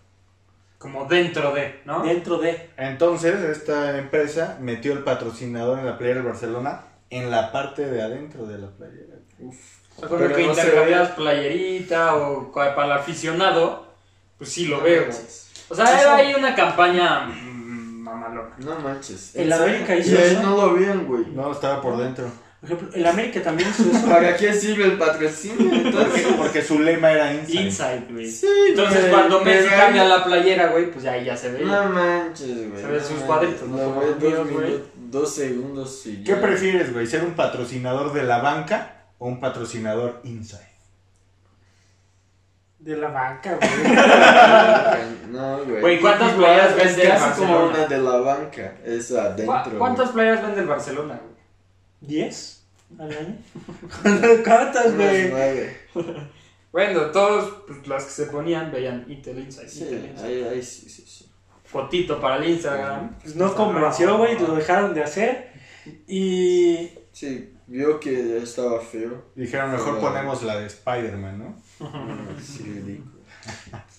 D: Como dentro de, ¿no?
A: dentro de.
B: Entonces, esta empresa metió el patrocinador en la playera del Barcelona en la parte de adentro de la playera.
D: O sea, cuando
C: Pero
D: que
C: no se
D: intercambiabas playerita o cua- para el aficionado, pues sí lo veo. güey. O sea, era ahí una campaña mm, mamalona.
C: No manches.
A: El
C: ¿en serio?
A: América hizo
C: Y ahí
A: eso.
C: no lo veían, güey.
B: No, estaba por dentro.
A: Por ejemplo, el América también hizo eso.
C: ¿Para qué sirve el patrocinio
B: Porque,
C: entonces?
B: porque su lema era Inside.
D: Inside, güey.
C: Sí,
D: Entonces
C: güey,
D: cuando Messi
C: pero-
D: cambia la playera, güey, pues ahí ya se ve.
C: No manches, güey.
D: Se ven
C: no
D: sus
C: manches.
D: cuadritos, ¿no?
C: Lo
D: Como
C: ve
D: los
C: dos
D: míos, güey.
C: minutos, dos segundos y
B: ¿Qué
C: ya.
B: prefieres, güey? ¿Ser un patrocinador de la banca o un patrocinador inside?
A: De la banca, güey.
C: No, güey.
D: Güey, ¿cuántas
C: Y
D: playeras
C: es
D: vende el
C: casi como
D: Barcelona?
C: una de la banca, es adentro.
D: ¿Cu-
C: güey.
D: ¿Cuántas playas vende el Barcelona, güey?
A: ¿Diez? ¿Al año? Pues, ¿Cuántas,
C: Unas
A: güey?
C: nueve.
D: Bueno, todos pues, las que se ponían veían Intel Insight,
C: Sí,
D: Intel Insight.
C: ahí, ahí sí, sí, sí.
D: Fotito para el Instagram.
A: Pues no convenció, güey, lo dejaron de hacer. Y
C: Sí, vio que estaba feo.
B: Dijeron, mejor
C: Pero-
B: ponemos la de Spider-Man, ¿no?
C: Sí, ridículo.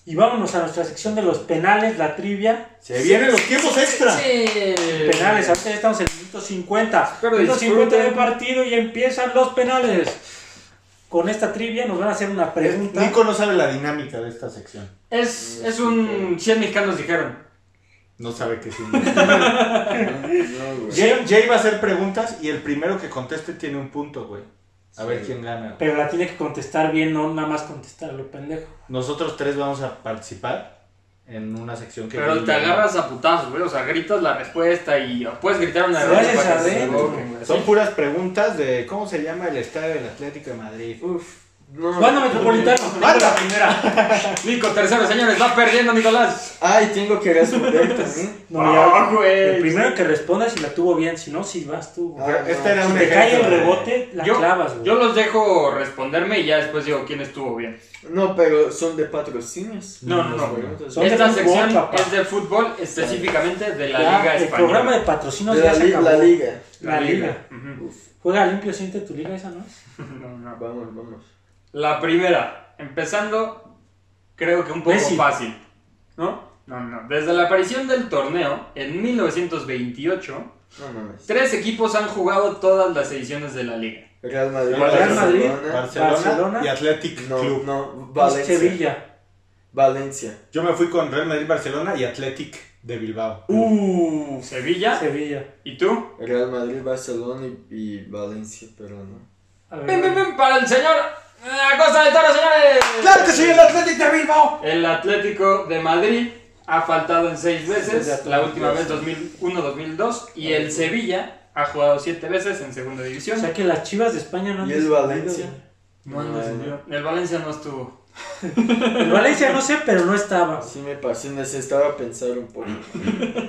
A: Y vámonos a nuestra sección de los penales, la trivia.
B: Se vienen los tiempos extra.
D: Sí.
A: Penales, ahorita ya estamos en el minuto 50.
D: Pero
A: minuto
D: disfruten.
A: 50 de partido y empiezan los penales. Con esta trivia nos van a hacer una pregunta.
B: Nico no sabe la dinámica de esta sección.
D: Es, es un 100 mexicanos dijeron.
B: No sabe qué es un-
C: No, güey.
B: Jay, Jay va a hacer preguntas y el primero que conteste tiene un punto, güey. A ver quién gana.
A: Pero la tiene que contestar bien, no nada más contestarlo, pendejo.
B: Nosotros tres vamos a participar en una sección que...
D: Pero
B: Jay
D: te
B: gana.
D: agarras a putazos, güey. O sea, gritas la respuesta y puedes gritar una
A: Se
D: respuesta.
A: vaya
D: para que se
A: adentro.
D: equivoquen, güey.
B: Son puras preguntas de cómo se llama el estadio del Atlético de Madrid.
C: Uf, no.
A: Bueno, Metropolitano.
B: ¡Mata!
D: Nico, tercero, señores, va perdiendo Nicolás.
C: Ay, tengo que responder también.
A: No,
D: Ah,
A: ya.
D: güey.
A: El primero que responda si la tuvo bien, si no, si vas tú. güey.
C: Ah,
B: Esta era
A: si
B: un
A: te cae el
B: ejemplo de-
A: rebote, la
D: Yo,
A: clavas, güey.
D: yo los dejo responderme y ya después digo quién estuvo bien.
C: No, pero son de patrocinios.
D: No, no, no.
A: Son de
D: Esta
A: fútbol,
D: sección
A: papá.
D: es de fútbol, específicamente de la
A: Ya,
D: Liga
A: el
D: Española.
A: programa de patrocinos
C: De
A: ya
C: la,
A: se
C: li-
A: acabó.
C: la liga.
A: La liga.
D: Ujú.
A: Juega limpio, siente tu liga, esa no es.
D: No, no.
C: Vamos, vamos.
D: La primera, empezando, creo que un poco
A: Messi.
D: fácil, ¿no? No, no. Desde la aparición del torneo, en 1928,
C: No mames.
D: tres equipos han jugado todas las ediciones de la liga.
C: Real Madrid.
B: Real
A: Madrid,
C: Barcelona.
B: Barcelona,
A: Barcelona.
B: y Athletic
C: No,
B: Club.
C: no.
A: Es
C: Valencia.
A: Sevilla.
C: Valencia.
B: Yo me fui con Real Madrid, Barcelona y Athletic de Bilbao.
C: Mm.
D: Uh, Sevilla.
A: Sevilla.
D: ¿Y tú?
C: Real Madrid, Barcelona y, y Valencia, pero no.
A: A ver,
D: Pim, pim, pim, para el señor. La cosa del toro, señores.
B: ¡Claro que soy el Athletic de Bilbao!
D: El Atlético de Madrid ha faltado en seis veces,
C: Desde
D: la última vez
C: Atlético.
D: 2001-2002, y el Sevilla ha jugado siete veces en segunda división.
A: O sea que las chivas de España no han
C: ¿Y el
A: descendido,
C: Valencia?
D: No han
C: No,
D: descendido. El Valencia no estuvo.
A: güey. El Valencia no sé, pero no estaba. güey.
C: Sí me pasé, necesitaba pensar un poco.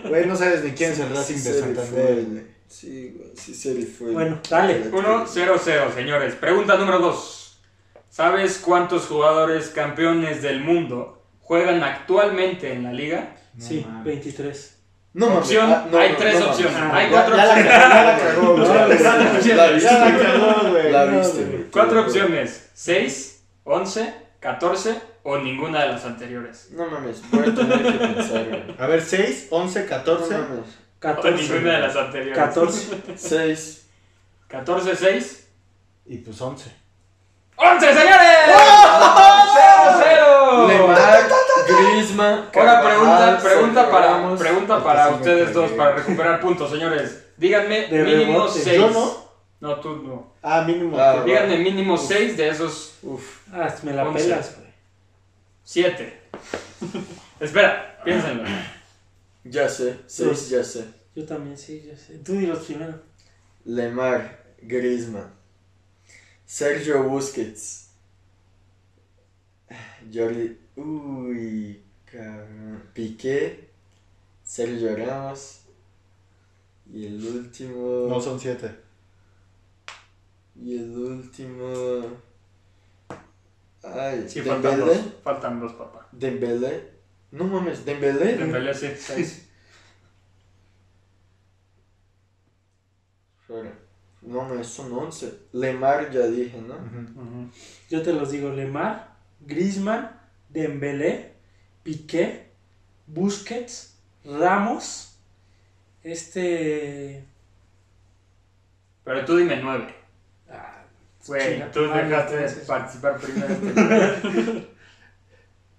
B: Güey, no sabes ni quién es el Racing
C: Sí se
B: de
C: le fue,
B: Santander.
C: güey. Sí, güey, sí se le fue.
A: Bueno, dale.
D: 1-0-0, señores. Pregunta número 2. ¿Sabes cuántos jugadores campeones del mundo juegan actualmente en la liga?
A: sí,
B: mames.
A: 23.
C: No mames,
D: Opción,
C: ah, no,
D: hay
C: no,
D: tres
C: no mames.
D: opciones.
A: Ah,
D: hay
B: Ya-
D: cuatro
B: ya la
D: opciones.
B: cagó, ya la cagó, güey.
C: No,
B: Ya
C: no,
B: la
C: no, no, no,
B: cagó, güey.
C: La
B: No,
C: viste,
B: güey.
C: güey.
D: Cuatro opciones. 6, 11, 14 o ninguna de las anteriores.
C: No mames, voy a tener que pensar, güey.
B: A ver, 6, 11, 14.
C: No mames.
D: O
A: 14.
D: ninguna de las anteriores.
A: 14.
C: Seis.
D: 14, 6.
B: Y pues 11.
D: ¡11, señores! ¡0-0!
C: Neymar, Griezmann,
D: Ahora
C: Carvajal,
D: pregunta, pregunta
C: Sergio
D: para,
C: Ramos.
D: pregunta
B: Este
D: para
B: sí me
D: ustedes dos,
B: cagué.
D: para recuperar puntos, señores. Díganme
A: De
D: mínimo
A: rebote.
D: 6.
B: Yo no.
D: No, tú no.
B: Ah, mínimo.
C: Ah,
B: que-
C: bien.
D: Díganme mínimo 6 de esos
C: Uf,
A: Ah, me la
D: Once.
A: pelas, güey.
D: 7. Espera, piénsenlo.
C: ya sé, seis, ya sé.
A: Yo también, sí, yo sé. Tú di los primeros.
C: Lemar, Griezmann, Sergio Busquets, Jordi, uy, cabrón, Piqué, Sergio Ramos y el último,
B: No son 7.
C: y el último, ay,
D: Sí, faltan dos.
C: Dembélé,
D: Faltan dos, papá.
C: Dembélé, no mames, Dembélé,
D: Dembélé, sí, 6.
C: Fuera. no mames, son 11, Lemar ya dije, ¿no?
A: Yo te los digo. Lemar, Griezmann, Dembélé, Piqué, Busquets, Ramos, este...
D: Pero tú dime 9.
A: Ah,
D: Güey,
A: chinga
D: tú
A: tu madre,
D: dejaste de
A: entonces.
D: participar primero. este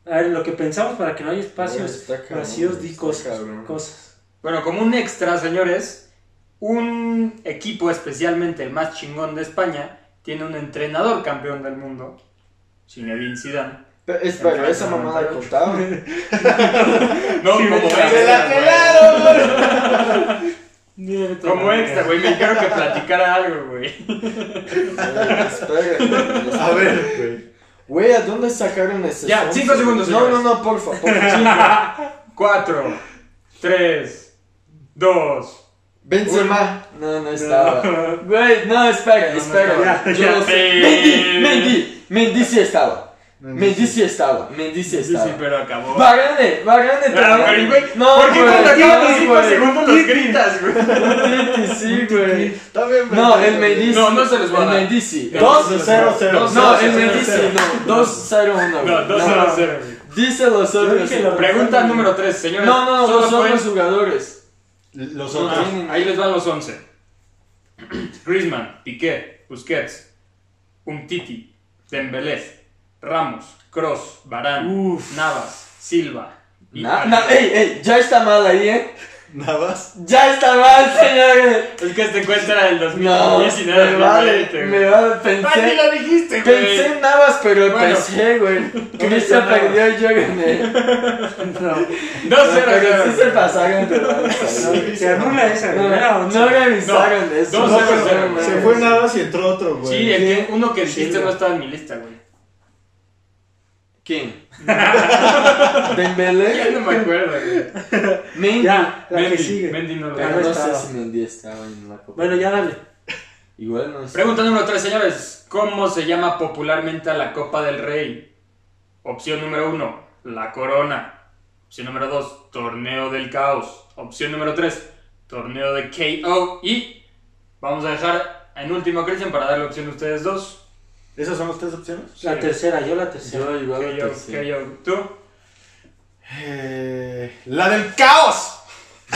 A: A ver, lo que pensamos para que no haya
C: Güey,
A: espacios
C: está cabrón,
A: vacíos,
C: güey,
A: di
C: está
A: cosas.
C: cabrón.
A: cosas.
D: Bueno, como un extra, señores, un equipo especialmente el más chingón de España tiene un entrenador campeón del mundo, Zinedine Zidane.
C: Pero, espera, esa
D: Empezando.
C: mamada contaba.
D: No, como
B: ¡Se la
D: ves,
B: pelaron!
A: Ni el minuto.
D: Como extra, güey, me dijeron que platicara algo, güey.
B: A ver, güey.
C: Güey, ¿a dónde sacaron ese
D: Ya,
C: son?
D: cinco segundos,
C: No, no,
D: señores.
C: no, porfa, porfa.
D: 4, 3, 2.
C: Benzema. No, no estaba. Güey, no, espera, espera.
A: ya,
C: Yo
A: ya.
C: lo sé.
D: Eh.
C: Mendy, Mendy, Mendy sí estaba. Mendy sí estaba, Mendy sí
D: Sí, sí,
C: estaba.
D: pero acabó.
C: Varane, Varane
D: Pero,
C: también.
D: güey, güey,
C: No,
D: ¿Por qué
C: güey,
D: cuando acaban los
C: Titi,
D: 5
C: güey.
D: segundos los gritas, güey?
C: Titi, sí, güey.
B: Está bien,
C: No,
B: güey.
C: el Mendy sí.
D: No, no se les va a
C: El
D: dar.
C: Mendy sí.
D: No,
C: Dos,
D: no,
B: Cero, cero.
C: no, el Mendy sí,
B: dice
C: no. 2-0-1.
D: No, 2 0 0.
C: Dice los otros.
A: dije lo-
D: Pregunta número 3, señores.
C: No, no, no,
D: Solo
C: los
D: fue-
C: otros jugadores.
B: Los
C: No
B: otros.
C: tienen-
D: Ah, Ahí les van los 11. Griezmann, Piqué, Busquets, Umtiti, Dembélé, Ramos, Cross, Barán,
A: Uf.
D: Navas, Silva. y
C: Na-
D: Araujo.
C: na- ey, ey, ya está mal ahí, eh.
B: Navas.
C: Ya está mal, señores.
D: Es que este cuenta era del
C: No,
D: 2019.
C: me
D: no
C: vale,
D: vete,
C: me
D: güey.
C: vale,
D: ¡Ay, sí
C: pensé.
D: la dijiste, güey!
C: Pensé en Navas, pero
D: Bueno.
C: pensé, güey.
A: está
C: Cristian
A: Navas?
C: perdió y yo gané.
D: No, cero,
C: Pero
D: cero.
C: sí se pasaron de lanza, ¿no?
A: Se anula esa, güey. Era
C: No,
A: once.
C: no organizaron eso.
D: dos,
C: No,
D: cero,
C: no,
D: cero.
C: no,
B: Se
C: no.
B: fue Navas y entró otro, güey.
D: Sí, el que- uno que dijiste
A: Sí,
D: no estaba en mi lista, güey.
C: ¿Quién?
D: Ya
C: Dembélé.
D: no me acuerdo, güey.
C: Mendy.
A: Ya, la que
D: Mendy,
A: sigue.
D: Mendy no lo
A: Ya
C: Pero
A: no
C: no sé
A: estaba.
C: si Mendy estaba en la copa.
A: Bueno, ya dale.
C: Igual no sé.
D: Pregunta número 3, señores. ¿Cómo se llama popularmente a la Copa del Rey? Opción número 1, la corona. Opción número 2, torneo del caos. Opción número 3, torneo de KO. Y vamos a dejar en último a Cristian para darle opción a ustedes dos.
B: ¿Esas son las tres opciones?
A: La
D: Sí.
A: tercera, yo la tercera.
C: Yo igual
D: KO,
C: tercero.
D: KO. ¿Tú?
B: Eh, la del caos.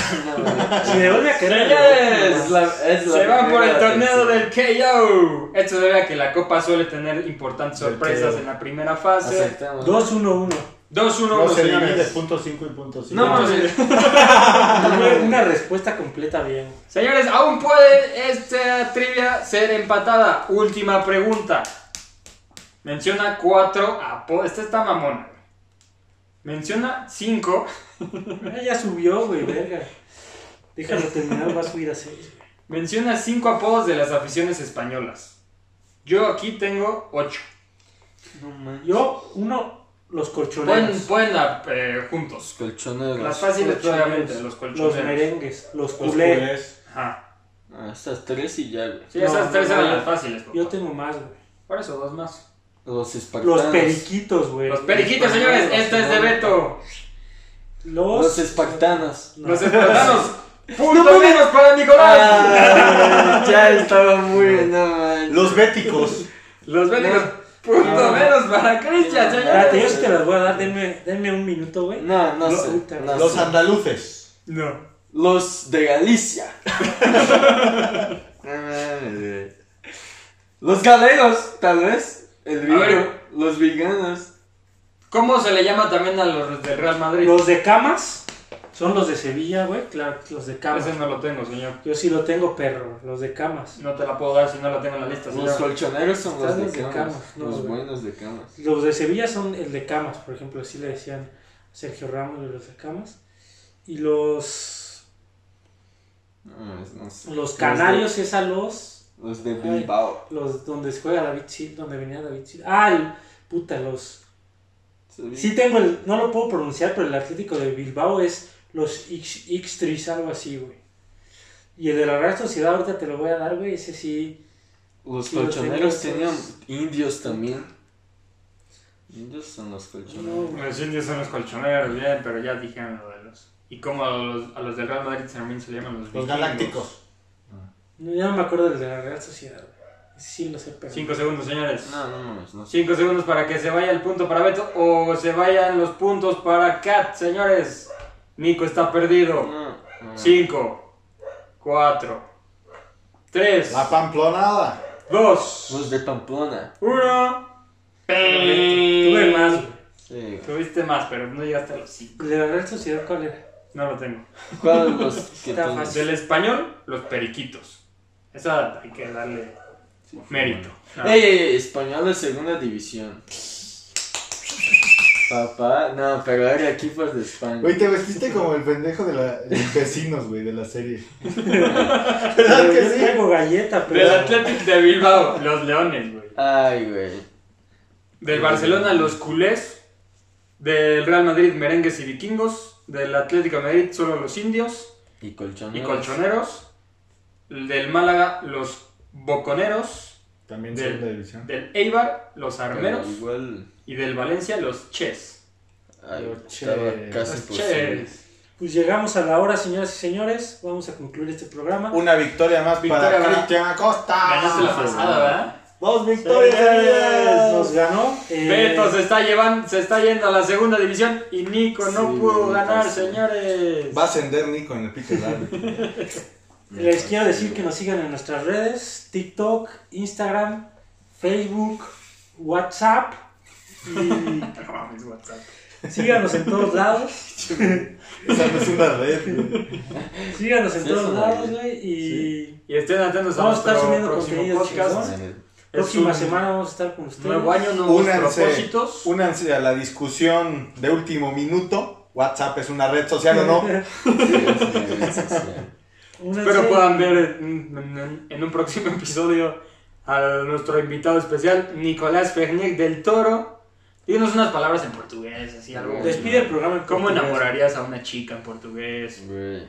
A: Si me vuelve a querer.
D: Señores,
A: güey.
C: Es la- es la
D: Se van por el
C: primera
D: torneo
C: tercera.
D: del KO. Esto se debe a que la Copa suele tener importantes sorpresas en la primera fase.
C: Aceptamos.
A: 2-1-1.
D: 2-1-1,
B: No, se divide de
D: señores.
B: punto 5 y punto 5.
D: No, no, sí.
A: Tuve Una respuesta completa bien.
D: Señores, aún puede esta trivia ser empatada. Última pregunta. Menciona cuatro apodos. Esta está mamona. güey. Menciona cinco.
A: Ah, ya subió, güey, verga. Déjalo terminar, va a subir a 6.
D: Menciona cinco apodos de las aficiones españolas. Yo aquí tengo ocho.
C: No manches.
A: Yo, uno, los
D: Pueden,
A: colchoneros.
D: pueden ah, eh, juntos.
C: Colchoneros.
D: Las fáciles,
A: colchoneros,
D: obviamente, los
A: Los
D: colchoneros.
A: merengues, los
B: Los
A: culés.
B: culés.
D: Ajá.
C: Ah, estas tres y ya, güey.
D: Sí,
A: No,
D: esas tres
A: no,
D: eran
A: no.
D: las fáciles. papá.
A: Yo tengo más, güey.
D: Por eso, dos más.
C: Los espartanos.
A: Los periquitos, güey.
D: Los periquitos, señores. Esta es de Beto.
A: Los.
C: Los espartanos.
A: No.
D: Los espartanos. Punto
C: mames.
D: menos para Nicolás.
C: Ah, ya estaba muy no manches.
B: Los béticos.
D: Los bélicos.
C: No.
D: Punto
C: No.
D: menos para Cristian,
C: No.
A: Espérate, yo
D: señores.
A: sí te las voy a dar. Denme, denme un minuto, güey.
C: No, no
A: Los-
C: sé. no
B: Los
C: sé.
B: andaluces.
D: No.
C: Los de Galicia. No mames, güey. Los galegos, tal vez. El
D: A
C: vino.
D: ver.
C: Los veganos.
D: ¿Cómo se le llama también a los del Real Madrid?
A: Los de camas son los de Sevilla, güey. Claro, los de camas.
D: Ese no lo tengo, señor.
A: Yo sí lo tengo, perro. Los de camas.
D: No te la puedo dar si no la tengo en la lista,
C: Los
D: señor.
C: colchoneros son los
A: Están
C: de
A: los de
C: camas.
A: camas, no,
C: los
A: güey.
C: buenos de camas.
A: Los de Sevilla son el de camas, por ejemplo. Así le decían a Sergio Ramos de los de camas. Y los.
C: No, mames, no sé.
A: Los canarios es a los.
C: Los de, los de
A: Ay.
C: Bilbao.
A: Los donde se juega David Silva, donde venía David Silva. Ah, el, puta, los. Sí tengo el. No lo puedo pronunciar, pero el Atlético de Bilbao es los Ix- Ixtris, algo así, güey. Y el de la Real Sociedad, ahorita te lo voy a dar, güey. Ese sí.
C: Los
A: Sí, los
C: colchoneros
A: indios.
C: tenían indios también. Indios son los colchoneros.
D: Los indios son los colchoneros, bien, pero ya dijeron lo de los. ¿Y cómo a los, a los del Real Madrid también se le llaman los
B: Los
D: vikingos?
B: galácticos.
A: No, ya no me acuerdo del de la Real Sociedad, güey. Ese sí lo sé, pero.
D: Cinco segundos, señores.
C: No, no mames, no sé.
D: Cinco segundos para que se vaya el punto para Beto o se vayan los puntos para Kat, señores. Nico está perdido.
C: No, no.
D: 5, 4, 3,
B: La pamplonada.
D: 2,
C: Los de Pamplona.
D: 1.
A: Tuve más, güey.
C: Sí. güey.
D: Tuviste más, pero no llegaste a los 5.
A: ¿El de la Real Sociedad cuál era?
D: No lo tengo.
C: ¿Cuál de los que
A: Está
C: tienen?
A: fácil.
D: Del español, los periquitos. Esa hay que darle mérito. Ah.
C: Ey, ey, ey, español de segunda división. Papá, no, pero era equipos de España.
B: Güey, te vestiste como el pendejo de la de vecinos, güey, de la serie.
A: Pero
B: ¿Verdad que
A: yo
B: sí?
A: traigo galleta, pero.
D: Del Athletic de Bilbao, los Leones, güey.
C: Ay, güey.
D: Del Barcelona, los culés. Del Real Madrid, merengues y vikingos. Del Atlético de Madrid, solo los indios
C: Y colchoneros.
D: y colchoneros. Del Málaga, los boconeros.
B: También
D: Del-
B: segunda división.
D: Del Eibar, los
C: Pero
D: armeros.
C: Igual.
D: Y del Valencia, los chess.
C: ay,
B: Los
C: estaba
B: Chels.
C: casi
D: Los
C: imposible.
D: chess.
A: Pues llegamos a la hora, señoras y señores. Vamos a concluir este programa.
B: Una victoria más
D: Victoria
B: para
D: más.
B: Cristian
A: Ah,
D: Ganaste la
B: Acosta.
D: pasada, ¿verdad?
B: Dos victorias
A: Señores,
B: seguidas.
A: Nos ganó. eh,
D: Beto se está, llevando, se está yendo a la segunda división y Nico no
C: Sí,
D: pudo
C: güey,
D: ganar,
C: sí.
D: señores.
B: Va a ascender Nico en el pique largo.
A: Les quiero decir que nos sigan en nuestras redes: TikTok, Instagram, Facebook, WhatsApp. Y
D: No mames, WhatsApp.
A: síganos en todos lados.
B: Esa no es una red, güey.
A: Síganos en
C: Sí,
A: todos
C: eso,
A: lados,
C: güey.
A: güey. Y
D: Y estén atentos a
A: Vamos a estar
D: nuestro
A: subiendo
D: próximo
A: contenido
D: podcast.
A: chingón.
D: Es
A: próxima
D: un
A: semana vamos a estar con ustedes.
D: Nuevo año, nuevos
B: Únanse.
D: propósitos.
B: Únanse a la discusión de último minuto. WhatsApp es una red social o no.
A: Únanse.
D: Espero puedan ver en, en- en un próximo episodio a nuestro invitado especial, Nicolás Fernier del Toro. Dinos unas palabras en portugués, así algo.
A: Despide el programa. en
D: ¿Cómo
A: portugués.
D: enamorarías a una chica en portugués?
C: Güey.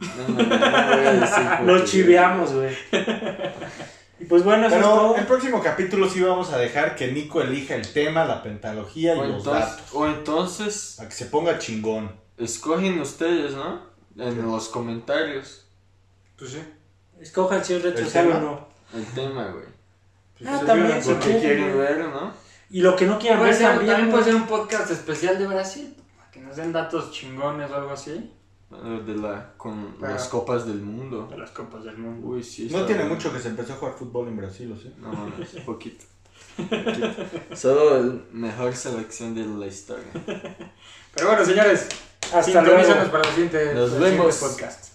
C: No, no, no, no voy a decir
A: Lo
C: portugués.
A: chiveamos, güey. Y pues bueno, eso es
B: Pero
A: todo.
B: el próximo capítulo sí vamos a dejar que Nico elija el tema, la pentalogía y
C: O
B: los
C: entonces,
B: datos.
C: o entonces,
B: Para que se ponga chingón.
C: escogen ustedes, ¿no? En los comentarios
D: Pues sí.
A: Escojan si es red
B: ¿El
A: social o
B: tema?
A: no.
C: el tema, güey.
A: Ah,
D: sí,
A: también,
D: sí,
A: si
C: Lo que
A: quieren,
C: quieren
A: güey.
C: ver, ¿no?
A: Y lo que no quieran
D: Puede
A: ver
D: ser-
A: también.
D: también puede
A: güey.
D: ser un podcast especial de Brasil, para que nos den datos chingones o algo así.
C: Lo Ah, De la, con
D: Claro.
C: las copas del mundo.
D: De las copas del mundo.
C: Uy, sí.
B: Ah. No
C: está
B: tiene
C: bueno.
B: mucho que se empezó a jugar fútbol en Brasil, ¿o sí?
C: No, no, un poquito. Poquito. Solo el mejor selección de la historia.
D: Pero bueno, señores,
A: Hasta luego.
D: sintonízanos para el siguiente,
C: Nos
D: el siguiente
C: vemos.
D: podcast.